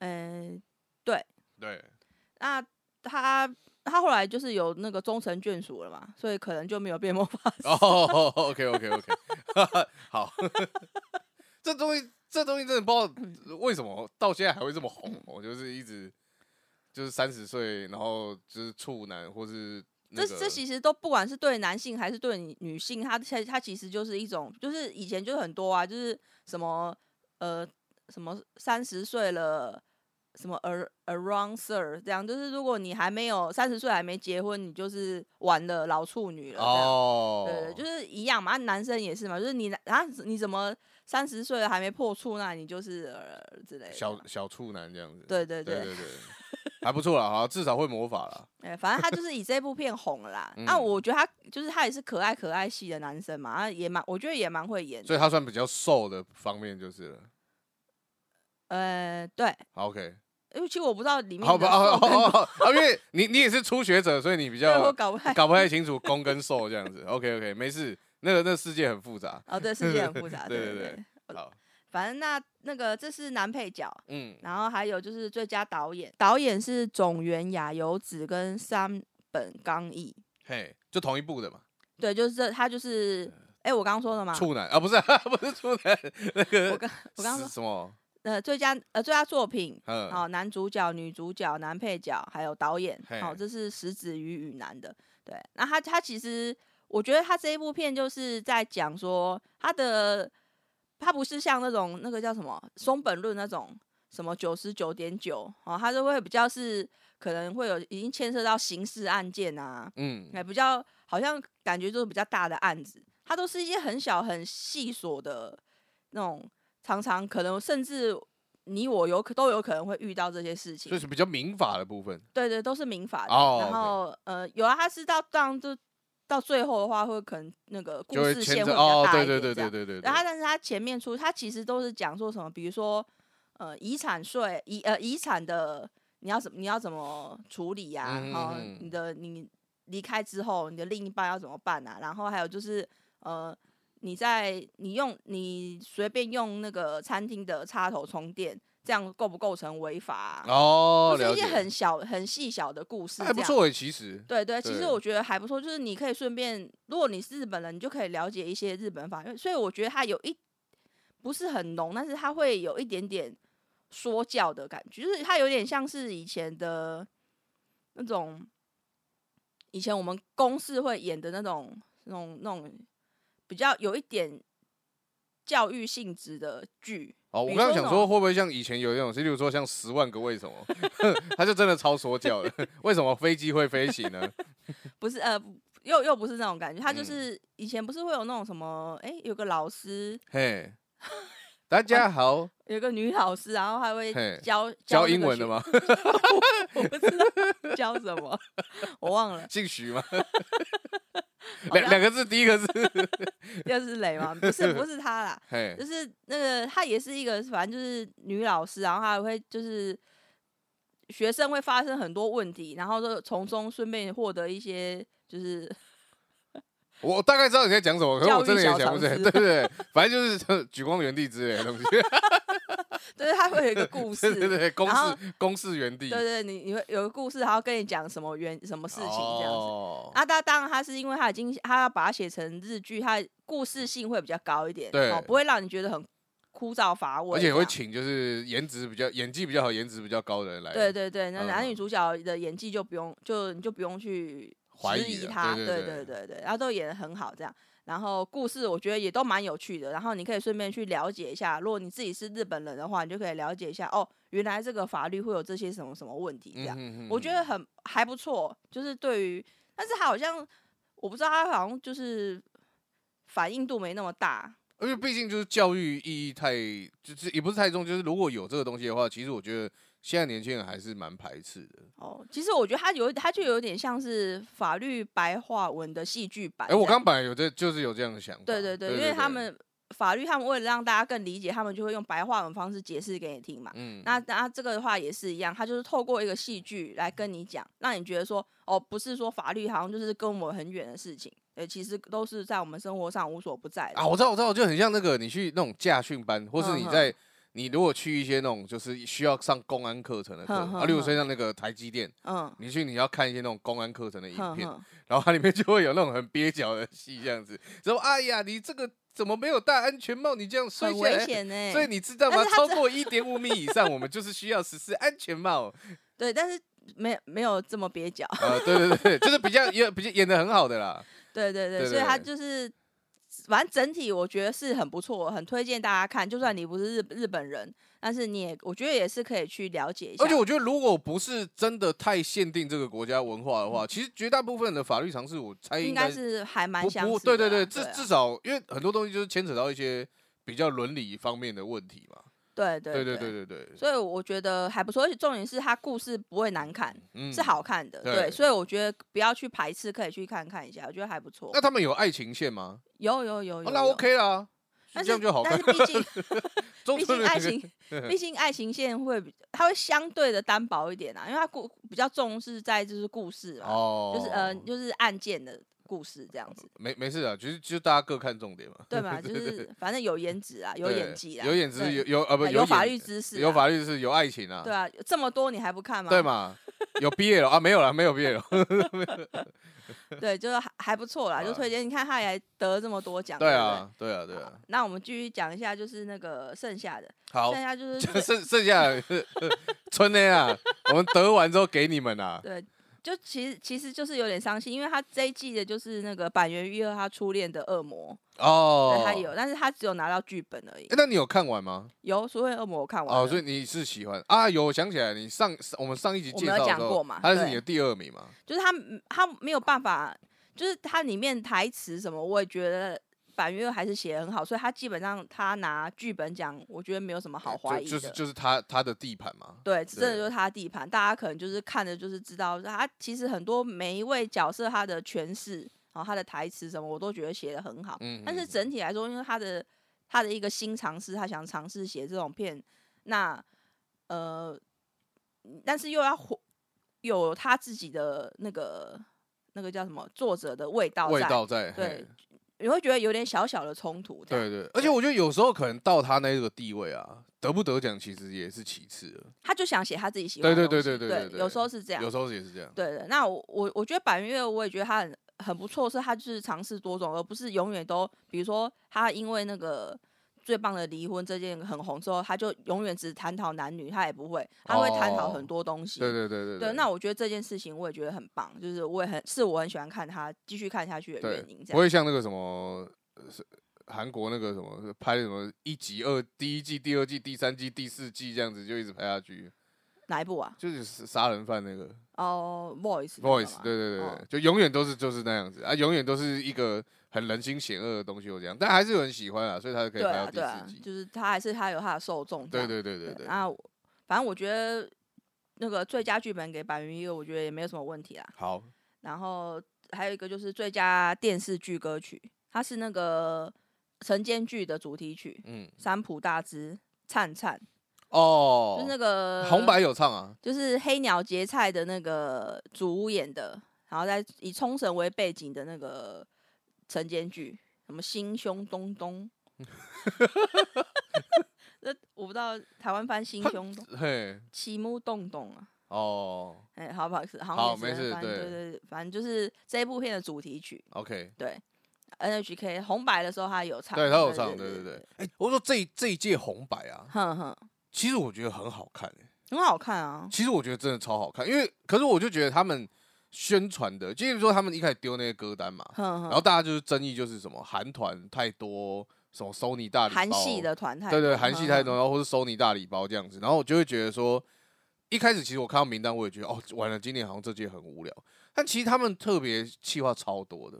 Speaker 2: 嗯，
Speaker 1: 对，
Speaker 2: 那它它后来就是有那个终成眷属了嘛，所以可能就没有变魔法师。
Speaker 1: 哦，OK OK OK，好， 这东西这东西真的不知 道为什么到现在还会这么红，我就是一直就是三十岁，然后就是处男或是那
Speaker 2: 这
Speaker 1: 个
Speaker 2: 这其实都不管是对男性还是对女女性，它它它其实就是一种，就是以前就很多啊，就是什么呃什么三十岁了，什么 ar around sir 这样，就是如果你还没有三十岁还没结婚，你就是玩了老处女了这样。
Speaker 1: 哦，
Speaker 2: 对对，就是一样嘛，啊男生也是嘛，就是你啊，你怎么三十岁了还没破处，那你就是、呃、之类的。
Speaker 1: 小小处男这样子，
Speaker 2: 对对
Speaker 1: 对
Speaker 2: 对，
Speaker 1: 对对，还不错啦，好，至少会魔法啦。
Speaker 2: 哎，反正他就是以这部片红了啦。那、啊
Speaker 1: 嗯
Speaker 2: 我觉得他就是他也是可爱可爱系的男生嘛，啊，也蛮我觉得也蛮会演的。
Speaker 1: 所以他算比较瘦的方面就是了。
Speaker 2: 呃，对，
Speaker 1: 好 OK，
Speaker 2: 因为其实我不知道里面
Speaker 1: 好吧，
Speaker 2: 的
Speaker 1: 哦
Speaker 2: 瘦跟
Speaker 1: 哦哦哦，因为你你也是初学者，所以你比
Speaker 2: 对我
Speaker 1: 较
Speaker 2: 搞不太
Speaker 1: 搞不太清楚攻跟受这样子。OK OK，没 事，那个那世界很复杂。
Speaker 2: 哦，对，世界很复 杂，
Speaker 1: 对
Speaker 2: 对
Speaker 1: 对对
Speaker 2: 对。
Speaker 1: 好，
Speaker 2: 反正那那个这是男配角，
Speaker 1: 嗯，
Speaker 2: 然后还有就是最佳导演，导演是种原雅由子跟三本刚毅。
Speaker 1: 嘿，就同一部的嘛，
Speaker 2: 对，就是这，他就是，
Speaker 1: 呃
Speaker 2: 哎、我刚刚说了嘛，
Speaker 1: 处男啊，不是 不是处男，那个
Speaker 2: 我刚我刚刚
Speaker 1: 是
Speaker 2: 说，
Speaker 1: 什么？
Speaker 2: 呃，最佳呃最佳作品，
Speaker 1: 嗯，
Speaker 2: 好、男主角、女主角、男配角，还有导演，好、
Speaker 1: 嘿
Speaker 2: 这是石子与雨男的。对，那他他其实，我觉得他这一部片就是在讲说他的，他不是像那种那个叫什么松本论那种什么九十九点九，哦，他就会比较是可能会有已经牵涉到刑事案件啊，
Speaker 1: 嗯，
Speaker 2: 哎，比较好像感觉就是比较大的案子，它都是一些很小很细琐的那种，常常可能甚至你我有可都有可能会遇到这些事情
Speaker 1: 所以。是比较民法的部分。
Speaker 2: 对对，都是民法的。
Speaker 1: 哦，OK
Speaker 2: 然后呃，有啊，它是到当就到最后的话，会可能那个故
Speaker 1: 就会
Speaker 2: 事
Speaker 1: 牵
Speaker 2: 线会
Speaker 1: 扯
Speaker 2: 比较
Speaker 1: 哦，
Speaker 2: 大
Speaker 1: 对
Speaker 2: 一
Speaker 1: 对
Speaker 2: 点
Speaker 1: 对
Speaker 2: 这样
Speaker 1: 对对对，对
Speaker 2: 然后它但是它前面出，它其实都是讲说什么，比如说呃遗产税、遗呃遗产的你要怎么你要怎么处理呀、啊？
Speaker 1: 嗯
Speaker 2: 然后
Speaker 1: 嗯嗯
Speaker 2: 你的你离开之后，你的另一半要怎么办啊？然后还有就是呃。你在你用你随便用那个餐厅的插头充电，这样构不构成违法、啊？
Speaker 1: 哦，
Speaker 2: 就是
Speaker 1: 了
Speaker 2: 一些
Speaker 1: 解，
Speaker 2: 很小、很细小的故事，
Speaker 1: 还不。错诶，欸其实
Speaker 2: 对对，其实
Speaker 1: 对
Speaker 2: 我觉得还不错，就是你可以顺便，如果你是日本人，你就可以了解一些日本法律。所以我觉得它有一不是很浓，但是它会有一点点说教的感觉，就是它有点像是以前的那种，以前我们公司会演的那种、那种、那种比较有一点教育性质的剧。
Speaker 1: 哦，我
Speaker 2: 比如
Speaker 1: 刚刚
Speaker 2: 说
Speaker 1: 想
Speaker 2: 那
Speaker 1: 说，
Speaker 2: 种
Speaker 1: 会不会像以前有一种，例如说像《十万个为什么》， 他就真的超说教的。 为什么飞机会飞行呢？
Speaker 2: 不是呃，不又又不是那种感觉，他就
Speaker 1: 嗯
Speaker 2: 是以前不是会有那种什么，哎、有个老师，
Speaker 1: 嘿，大家好，
Speaker 2: 有个女老师，然后还会
Speaker 1: 嘿
Speaker 2: 教
Speaker 1: 教
Speaker 2: 那
Speaker 1: 英
Speaker 2: 个
Speaker 1: 文的
Speaker 2: 学？
Speaker 1: 吗？
Speaker 2: 我不知道教什么，我忘了，
Speaker 1: 姓徐吗？
Speaker 2: 好
Speaker 1: 两两
Speaker 2: 像
Speaker 1: 个字，第一个是
Speaker 2: 又是雷吗？不是，不是她 啦，
Speaker 1: 嘿
Speaker 2: 就，是那个她也是一个，反正就是女老师，然后她会就是。学生会发生很多问题，然后就从中顺便获得一些，就是
Speaker 1: 我大概知道你在讲什么，可是
Speaker 2: 教
Speaker 1: 我真
Speaker 2: 育
Speaker 1: 的也
Speaker 2: 小
Speaker 1: 想不
Speaker 2: 常
Speaker 1: 起来。
Speaker 2: 识
Speaker 1: 对对对，反正就是 呃举光原地之类的东西。
Speaker 2: 就是她会有一个故 事，
Speaker 1: 对对对，公
Speaker 2: 然后
Speaker 1: 式公式原地。
Speaker 2: 对对，你你会有个故事，然后跟你讲什么原什么事情这样子。
Speaker 1: 哦
Speaker 2: 啊，当当然，他是因为他已经他要把它写成日剧，他故事性会比较高一点，
Speaker 1: 对
Speaker 2: 哦，不会让你觉得很枯燥乏味
Speaker 1: 而
Speaker 2: 这
Speaker 1: 且
Speaker 2: 样，
Speaker 1: 会请就是颜值比较、演技比较好、颜值比较高的人来。
Speaker 2: 对对对，那男
Speaker 1: 嗯
Speaker 2: 女主角的演技就不用就你就不用去
Speaker 1: 怀
Speaker 2: 质
Speaker 1: 疑
Speaker 2: 疑
Speaker 1: 了
Speaker 2: 他，
Speaker 1: 对
Speaker 2: 对
Speaker 1: 对
Speaker 2: 对对对，然后都演的很好这样。然后故事我觉得也都蛮有趣的，然后你可以顺便去了解一下，如果你自己是日本人的话，你就可以了解一下哦，原来这个法律会有这些什么什么问题这样，
Speaker 1: 嗯
Speaker 2: 啊我觉得很还不错，就是对于，但是他好像我不知道他好像就是反应度没那么大，
Speaker 1: 因为毕竟就是教育意义太，就是也不是太重，就是如果有这个东西的话，其实我觉得现在年轻人还是蛮排斥的。
Speaker 2: 哦，其实我觉得它有，它就有点像是法律白话文的戏剧版
Speaker 1: 哎、
Speaker 2: 这样。
Speaker 1: 我刚本来有这就是有这样的想法，
Speaker 2: 啊对对对，因为他们法律，他们为了让大家更理解，他们就会用白话文方式解释给你听嘛。
Speaker 1: 嗯，
Speaker 2: 那那这个的话也是一样，他就是透过一个戏剧来跟你讲，让你觉得说，哦，不是说法律好像就是跟我们很远的事情，呃，其实都是在我们生活上无所不在的。
Speaker 1: 啊，我知道我知道，就很像那个你去那种驾训班，或是
Speaker 2: 嗯
Speaker 1: 你
Speaker 2: 哼
Speaker 1: 在。你如果去一些那种就是需要上公安课程的课，
Speaker 2: 哼
Speaker 1: 啊，
Speaker 2: 哼
Speaker 1: 例如说
Speaker 2: 哼
Speaker 1: 像那个台积电，
Speaker 2: 嗯，
Speaker 1: 你去你要看一些那种公安课程的影
Speaker 2: 哼
Speaker 1: 片，
Speaker 2: 哼，
Speaker 1: 然后它里面就会有那种很蹩脚的戏，这样子。然后哎呀，你这个怎么没有戴安全帽？你这样摔
Speaker 2: 很
Speaker 1: 下
Speaker 2: 危
Speaker 1: 来。
Speaker 2: 险欸呢、
Speaker 1: 所以你知道
Speaker 2: 哎但
Speaker 1: 吗？
Speaker 2: 是它
Speaker 1: 超
Speaker 2: 这
Speaker 1: 过一点五米以上，我们就是需要实施安全帽。
Speaker 2: 对，但是没没有这么蹩脚。
Speaker 1: 啊，对对对，就是比较演比较演的很好的 啦。
Speaker 2: 对对对，
Speaker 1: 对
Speaker 2: 所以它
Speaker 1: 对
Speaker 2: 就是，反正整体我觉得是很不错，很推荐大家看。就算你不是日日本人，但是你也我觉得也是可以去了解一下。
Speaker 1: 而且我觉得，如果不是真的太限定这个国家文化的话，其实绝大部分的法律常识，我猜
Speaker 2: 嗯应
Speaker 1: 该
Speaker 2: 该是还蛮
Speaker 1: 不
Speaker 2: 相
Speaker 1: 不
Speaker 2: 似的
Speaker 1: 对
Speaker 2: 啦。
Speaker 1: 对对，至
Speaker 2: 对啊
Speaker 1: 至少因为很多东西就是牵扯到一些比较伦理方面的问题嘛。
Speaker 2: 对
Speaker 1: 对对
Speaker 2: 对
Speaker 1: 对对对，
Speaker 2: 所以我觉得还不错，而且重点是它故事不会难看，
Speaker 1: 嗯
Speaker 2: 是。好看的。
Speaker 1: 对
Speaker 2: 对，所以我觉得不要去排斥，可以去看看一下，我觉得还不错
Speaker 1: 那。他们有爱情线吗？
Speaker 2: 有有有
Speaker 1: 哦
Speaker 2: 有，
Speaker 1: 那
Speaker 2: 有
Speaker 1: OK 啦，
Speaker 2: 但
Speaker 1: 这样
Speaker 2: 是
Speaker 1: 就好
Speaker 2: 但
Speaker 1: 看。
Speaker 2: 是毕竟
Speaker 1: 中
Speaker 2: 毕
Speaker 1: 村
Speaker 2: 竟
Speaker 1: 的
Speaker 2: 爱
Speaker 1: 那个
Speaker 2: 情，毕竟爱情线会比，它会相对的单薄一点啊，因为它故比较重视在就是故事嘛，
Speaker 1: 哦，
Speaker 2: 就是呃就是案件的故事这样子，
Speaker 1: 没没事啊，就是就大家各看重点嘛。
Speaker 2: 对 嘛？就是反正有颜值啊，有
Speaker 1: 对
Speaker 2: 演技啊，
Speaker 1: 有演值，
Speaker 2: 对
Speaker 1: 有有呃不
Speaker 2: 呃有法
Speaker 1: 演
Speaker 2: 律知识啊，
Speaker 1: 有法律是有爱情啊，
Speaker 2: 对啊，这么多你还不看吗？
Speaker 1: 对嘛？有 BL 啊？没有了，没有 BL。
Speaker 2: 对，就是还还不错啦，就
Speaker 1: 啊
Speaker 2: 推荐。你看他也得这么多奖，
Speaker 1: 对
Speaker 2: 不
Speaker 1: 啊，对啊，对
Speaker 2: 好
Speaker 1: 啊。
Speaker 2: 那我们继续讲一下，就是那个剩下的，
Speaker 1: 好
Speaker 2: 剩，下就是
Speaker 1: 就
Speaker 2: 最
Speaker 1: 剩剩下的春 A 啊，我们得完之后给你们啊啦。
Speaker 2: 对，就其实其实就是有点伤心，因为他这一季的就是那个板垣裕二他初恋的恶魔，
Speaker 1: 哦
Speaker 2: 对，他有，但是他只有拿到剧本而已
Speaker 1: 诶。那你有看完吗？
Speaker 2: 有所谓恶魔我看完了，
Speaker 1: 哦，所以你是喜欢啊？有，我想起来，你上我们上一集
Speaker 2: 我
Speaker 1: 介
Speaker 2: 们有
Speaker 1: 绍的
Speaker 2: 讲
Speaker 1: 时候
Speaker 2: 过嘛
Speaker 1: 他是
Speaker 2: 对
Speaker 1: 你的第二名嘛？
Speaker 2: 就是他他没有办法，就是他里面台词什么，我也觉得。板垣裕二还是写得很好，所以他基本上他拿剧本奖，我觉得没有什么好怀疑的。
Speaker 1: 就就是就是他他的地盘嘛。
Speaker 2: 对，真的
Speaker 1: 对
Speaker 2: 就是他的地盘，大家可能就是看着就是知道，他其实很多每一位角色他的诠释，然后他的台词什么，我都觉得写的很好。
Speaker 1: 嗯
Speaker 2: 但是
Speaker 1: 嗯
Speaker 2: 整体来说，因为他的他的一个新尝试，他想尝试写这种片，那呃，但是又要活有他自己的那个那个叫什么作者的味道
Speaker 1: 味
Speaker 2: 在，
Speaker 1: 道在。
Speaker 2: 对
Speaker 1: 嘿
Speaker 2: 你会觉得有点小小的冲突。这样
Speaker 1: 对对，而且我觉得有时候可能到他那个地位啊，得不得奖其实也是其次了，
Speaker 2: 他就想写他自己喜
Speaker 1: 对
Speaker 2: 欢
Speaker 1: 对
Speaker 2: 的
Speaker 1: 对
Speaker 2: 东西。
Speaker 1: 对对对对
Speaker 2: 有时候是这样
Speaker 1: 有。时候也是这样。
Speaker 2: 对的，那我我我觉得板月，我也觉得他很很不错，是他就是尝试多种，而不是永远都，比如说他因为那个最棒的离婚这件很红之后，他就永远只探讨男女，他也不会，他会探讨
Speaker 1: 哦
Speaker 2: 很多东西。
Speaker 1: 对对对对
Speaker 2: 对那我觉得这件事情我也觉得很棒，就是我也很是我很喜欢看他继续看下去的原因。
Speaker 1: 对，不
Speaker 2: 这样
Speaker 1: 会像那个什么呃是韩国那个什么拍什么一集二第一季第二季第三季第四季这样子就一直拍下去，
Speaker 2: 哪一部啊？
Speaker 1: 就是杀人犯那个
Speaker 2: 哦、v o i c e
Speaker 1: Voice，对对对
Speaker 2: 哦
Speaker 1: 对，就永远都是就是那样子啊，永远都是一个很人心险恶的东西，我这样，但还是有人喜欢啊，所以他可以
Speaker 2: 对
Speaker 1: 拍
Speaker 2: 啊
Speaker 1: 到
Speaker 2: 对啊
Speaker 1: 第四，季。
Speaker 2: 就是他还是他有他的受众这
Speaker 1: 对
Speaker 2: 样。啊
Speaker 1: 对对对对，
Speaker 2: 那我反正我觉得那个最佳剧本给白云一个，我觉得也没有什么问题啦。
Speaker 1: 好，
Speaker 2: 然后还有一个就是最佳电视剧歌曲，它是那个晨间剧的主题曲，
Speaker 1: 嗯，
Speaker 2: 三浦大知《灿灿》，
Speaker 1: 哦，
Speaker 2: 就是那个
Speaker 1: 红白有唱啊，
Speaker 2: 就是黑鸟结菜的那个主演的，然后再以冲绳为背景的那个晨间剧，什么心胸东 东。那我不知道台湾翻心胸东
Speaker 1: 嘿，
Speaker 2: 奇木洞洞啊，
Speaker 1: 哦
Speaker 2: 哎、好不好意思，好
Speaker 1: 好
Speaker 2: 像也
Speaker 1: 没
Speaker 2: 只能
Speaker 1: 事
Speaker 2: 翻
Speaker 1: 对
Speaker 2: 对对对，反正就是这一部片的主题曲。
Speaker 1: ，OK，
Speaker 2: 对，NHK 红白的时候他有唱，
Speaker 1: 对他有唱，对对
Speaker 2: 对
Speaker 1: 对，，哎、我说这一这一届红白啊，
Speaker 2: 哼哼，
Speaker 1: 其实我觉得很好看、欸，
Speaker 2: 很好看啊，
Speaker 1: 其实我觉得真的超好看，因为可是我就觉得他们宣传的，就是说他们一开始丢那些歌单嘛，
Speaker 2: 哼
Speaker 1: 然后
Speaker 2: 哼，
Speaker 1: 大家就是争议就是什么韩团太多，什么 Sony 大礼包，
Speaker 2: 韩系的团太
Speaker 1: 对对，
Speaker 2: 多嗯
Speaker 1: 韩系太多，，然后或是 Sony 大礼包这样子，然后我就会觉得说，一开始其实我看到名单，我也觉得哦，完了，今年好像这届很无聊。但其实他们特别计划超多的，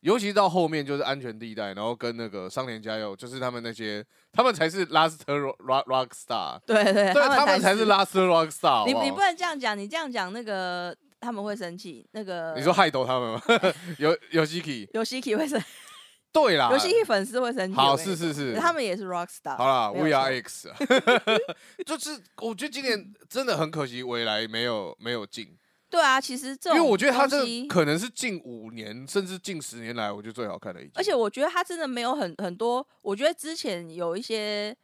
Speaker 1: 尤其到后面就是安全地带，然后跟那个商联加油，就是他们那些，他们才是 Last Rock Rock Star，
Speaker 2: 对对，
Speaker 1: 对，他
Speaker 2: 们
Speaker 1: 们才是啊
Speaker 2: 是
Speaker 1: Last Rock Star 好
Speaker 2: 你
Speaker 1: 好
Speaker 2: 你不能这样讲，你这样讲那个他们会生气，那个
Speaker 1: 你说害斗他们吗？ 有有 s k
Speaker 2: 游戏 k 会生，
Speaker 1: 对啦，
Speaker 2: 游戏 k 粉丝会生气，
Speaker 1: 啊好
Speaker 2: 我跟你
Speaker 1: 是是是，
Speaker 2: 欸他们也是 rock star，
Speaker 1: 好啦
Speaker 2: 没
Speaker 1: ，We
Speaker 2: 有
Speaker 1: are
Speaker 2: 错
Speaker 1: X，就是我觉得今年真的很可惜，未来没有没有进，
Speaker 2: 对啊，其实这
Speaker 1: 因
Speaker 2: 种
Speaker 1: 为我觉得他
Speaker 2: 东
Speaker 1: 这
Speaker 2: 西
Speaker 1: 可能是近五年甚至近十年来我觉得最好看的一集，
Speaker 2: 而且我觉得他真的没有很很多，我觉得之前有一些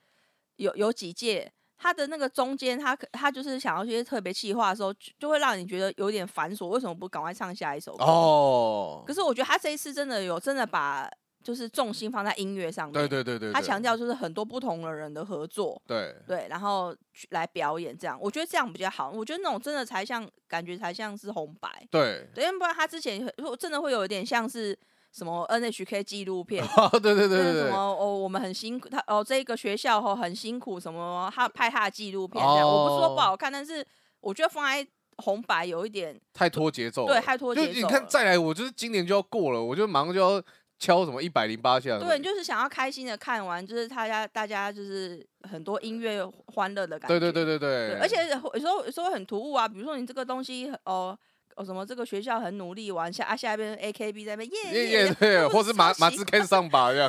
Speaker 2: 有有几届。他的那个中间，他可他就是想要一些特别企划的时候，就就会让你觉得有点繁琐。为什么不赶快唱下一首歌？
Speaker 1: 哦
Speaker 2: 可，是我觉得他这一次真的有真的把就是重心放在音乐上面，
Speaker 1: 对对对对，
Speaker 2: 他
Speaker 1: 对
Speaker 2: 强调就是很多不同的人的合作，
Speaker 1: 对，
Speaker 2: 对，然后去来表演这样，我觉得这样比较好。我觉得那种真的才像感觉才像是红白，
Speaker 1: 对，。
Speaker 2: 对，因为不然他之前会真的会有一点像是什么 NHK 纪录片
Speaker 1: 对对对
Speaker 2: 就是
Speaker 1: 对
Speaker 2: 什
Speaker 1: 对
Speaker 2: 么，哦，我们很辛苦，他哦这个学校哦很辛苦，什么他拍他的纪录片这样，我不是说不
Speaker 1: 哦
Speaker 2: 好看，但是我觉得放在红白有一点
Speaker 1: 太拖节奏了，
Speaker 2: 对太拖
Speaker 1: 哦就
Speaker 2: 节奏
Speaker 1: 你
Speaker 2: 了。
Speaker 1: 看再来，我就是今年就要过了，我就马上就要敲什么一百零八下，
Speaker 2: 对，你就是想要开心的看完，就是大家大家就是很多音乐欢乐的感觉。
Speaker 1: 对对对对对，
Speaker 2: 对，而且有时候有时候很突兀啊，比如说你这个东西很哦。哦，什么这个学校很努力玩下啊，下一边 A K B 在那边
Speaker 1: 也
Speaker 2: 耶耶
Speaker 1: 也
Speaker 2: 耶，
Speaker 1: 对，或
Speaker 2: 是
Speaker 1: 是马
Speaker 2: 超
Speaker 1: 马
Speaker 2: 习
Speaker 1: 兹开始上吧这样。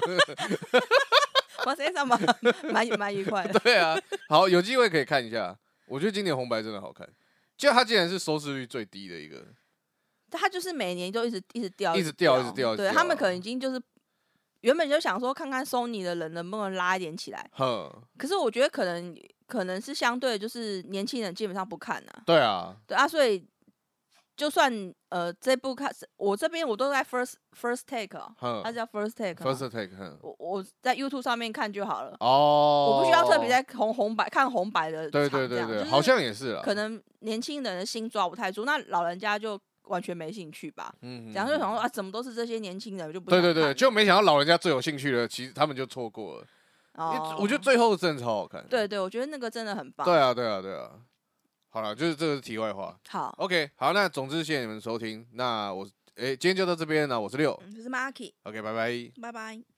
Speaker 2: 我身上蛮蛮蛮愉快 的。
Speaker 1: 对啊，好，有机会可以看一下。我觉得今年红白真的好看，就它竟然是收视率最低的一个，
Speaker 2: 他就是每年就一直一直掉，
Speaker 1: 一直掉一直掉一直
Speaker 2: 对
Speaker 1: 掉嗯
Speaker 2: 他们可能已经就是原本就想说看看 Sony 的人能不能拉一点起来，
Speaker 1: 哼，
Speaker 2: 可是我觉得可能可能是相对就是年轻人基本上不看呐、
Speaker 1: 对啊，
Speaker 2: 对啊，所以就算呃这部看我这边我都在 first first take，、哦、
Speaker 1: 哼
Speaker 2: 它叫 first take 吗。
Speaker 1: 嗯，first take，哼，
Speaker 2: 我我在 YouTube 上面看就好了，
Speaker 1: 哦，
Speaker 2: 我不需要特别在红红白看红白的
Speaker 1: 对
Speaker 2: 场
Speaker 1: 对
Speaker 2: 这
Speaker 1: 对
Speaker 2: 样
Speaker 1: 对，
Speaker 2: 就是
Speaker 1: 好像也是啦，
Speaker 2: 可能年轻人的心抓不太住，那老人家就完全没兴趣吧。
Speaker 1: 嗯，嗯
Speaker 2: 然后就
Speaker 1: 嗯
Speaker 2: 想说啊，怎么都是这些年轻人，我就不
Speaker 1: 对
Speaker 2: 想
Speaker 1: 对对，
Speaker 2: 看
Speaker 1: 就没想到老人家最有兴趣的，其实他们就错过了。因为
Speaker 2: 哦，
Speaker 1: 我觉得最后真的超好看。
Speaker 2: 对对，我觉得那个真的很棒。
Speaker 1: 对，啊，对啊，对啊。好了，就是这个是题外话。
Speaker 2: 好，
Speaker 1: OK，好，那总之谢谢你们收听。那我，哎，今天就到这边了。我是六
Speaker 2: 嗯，这是 Marky，
Speaker 1: ，OK，拜拜。
Speaker 2: 拜拜。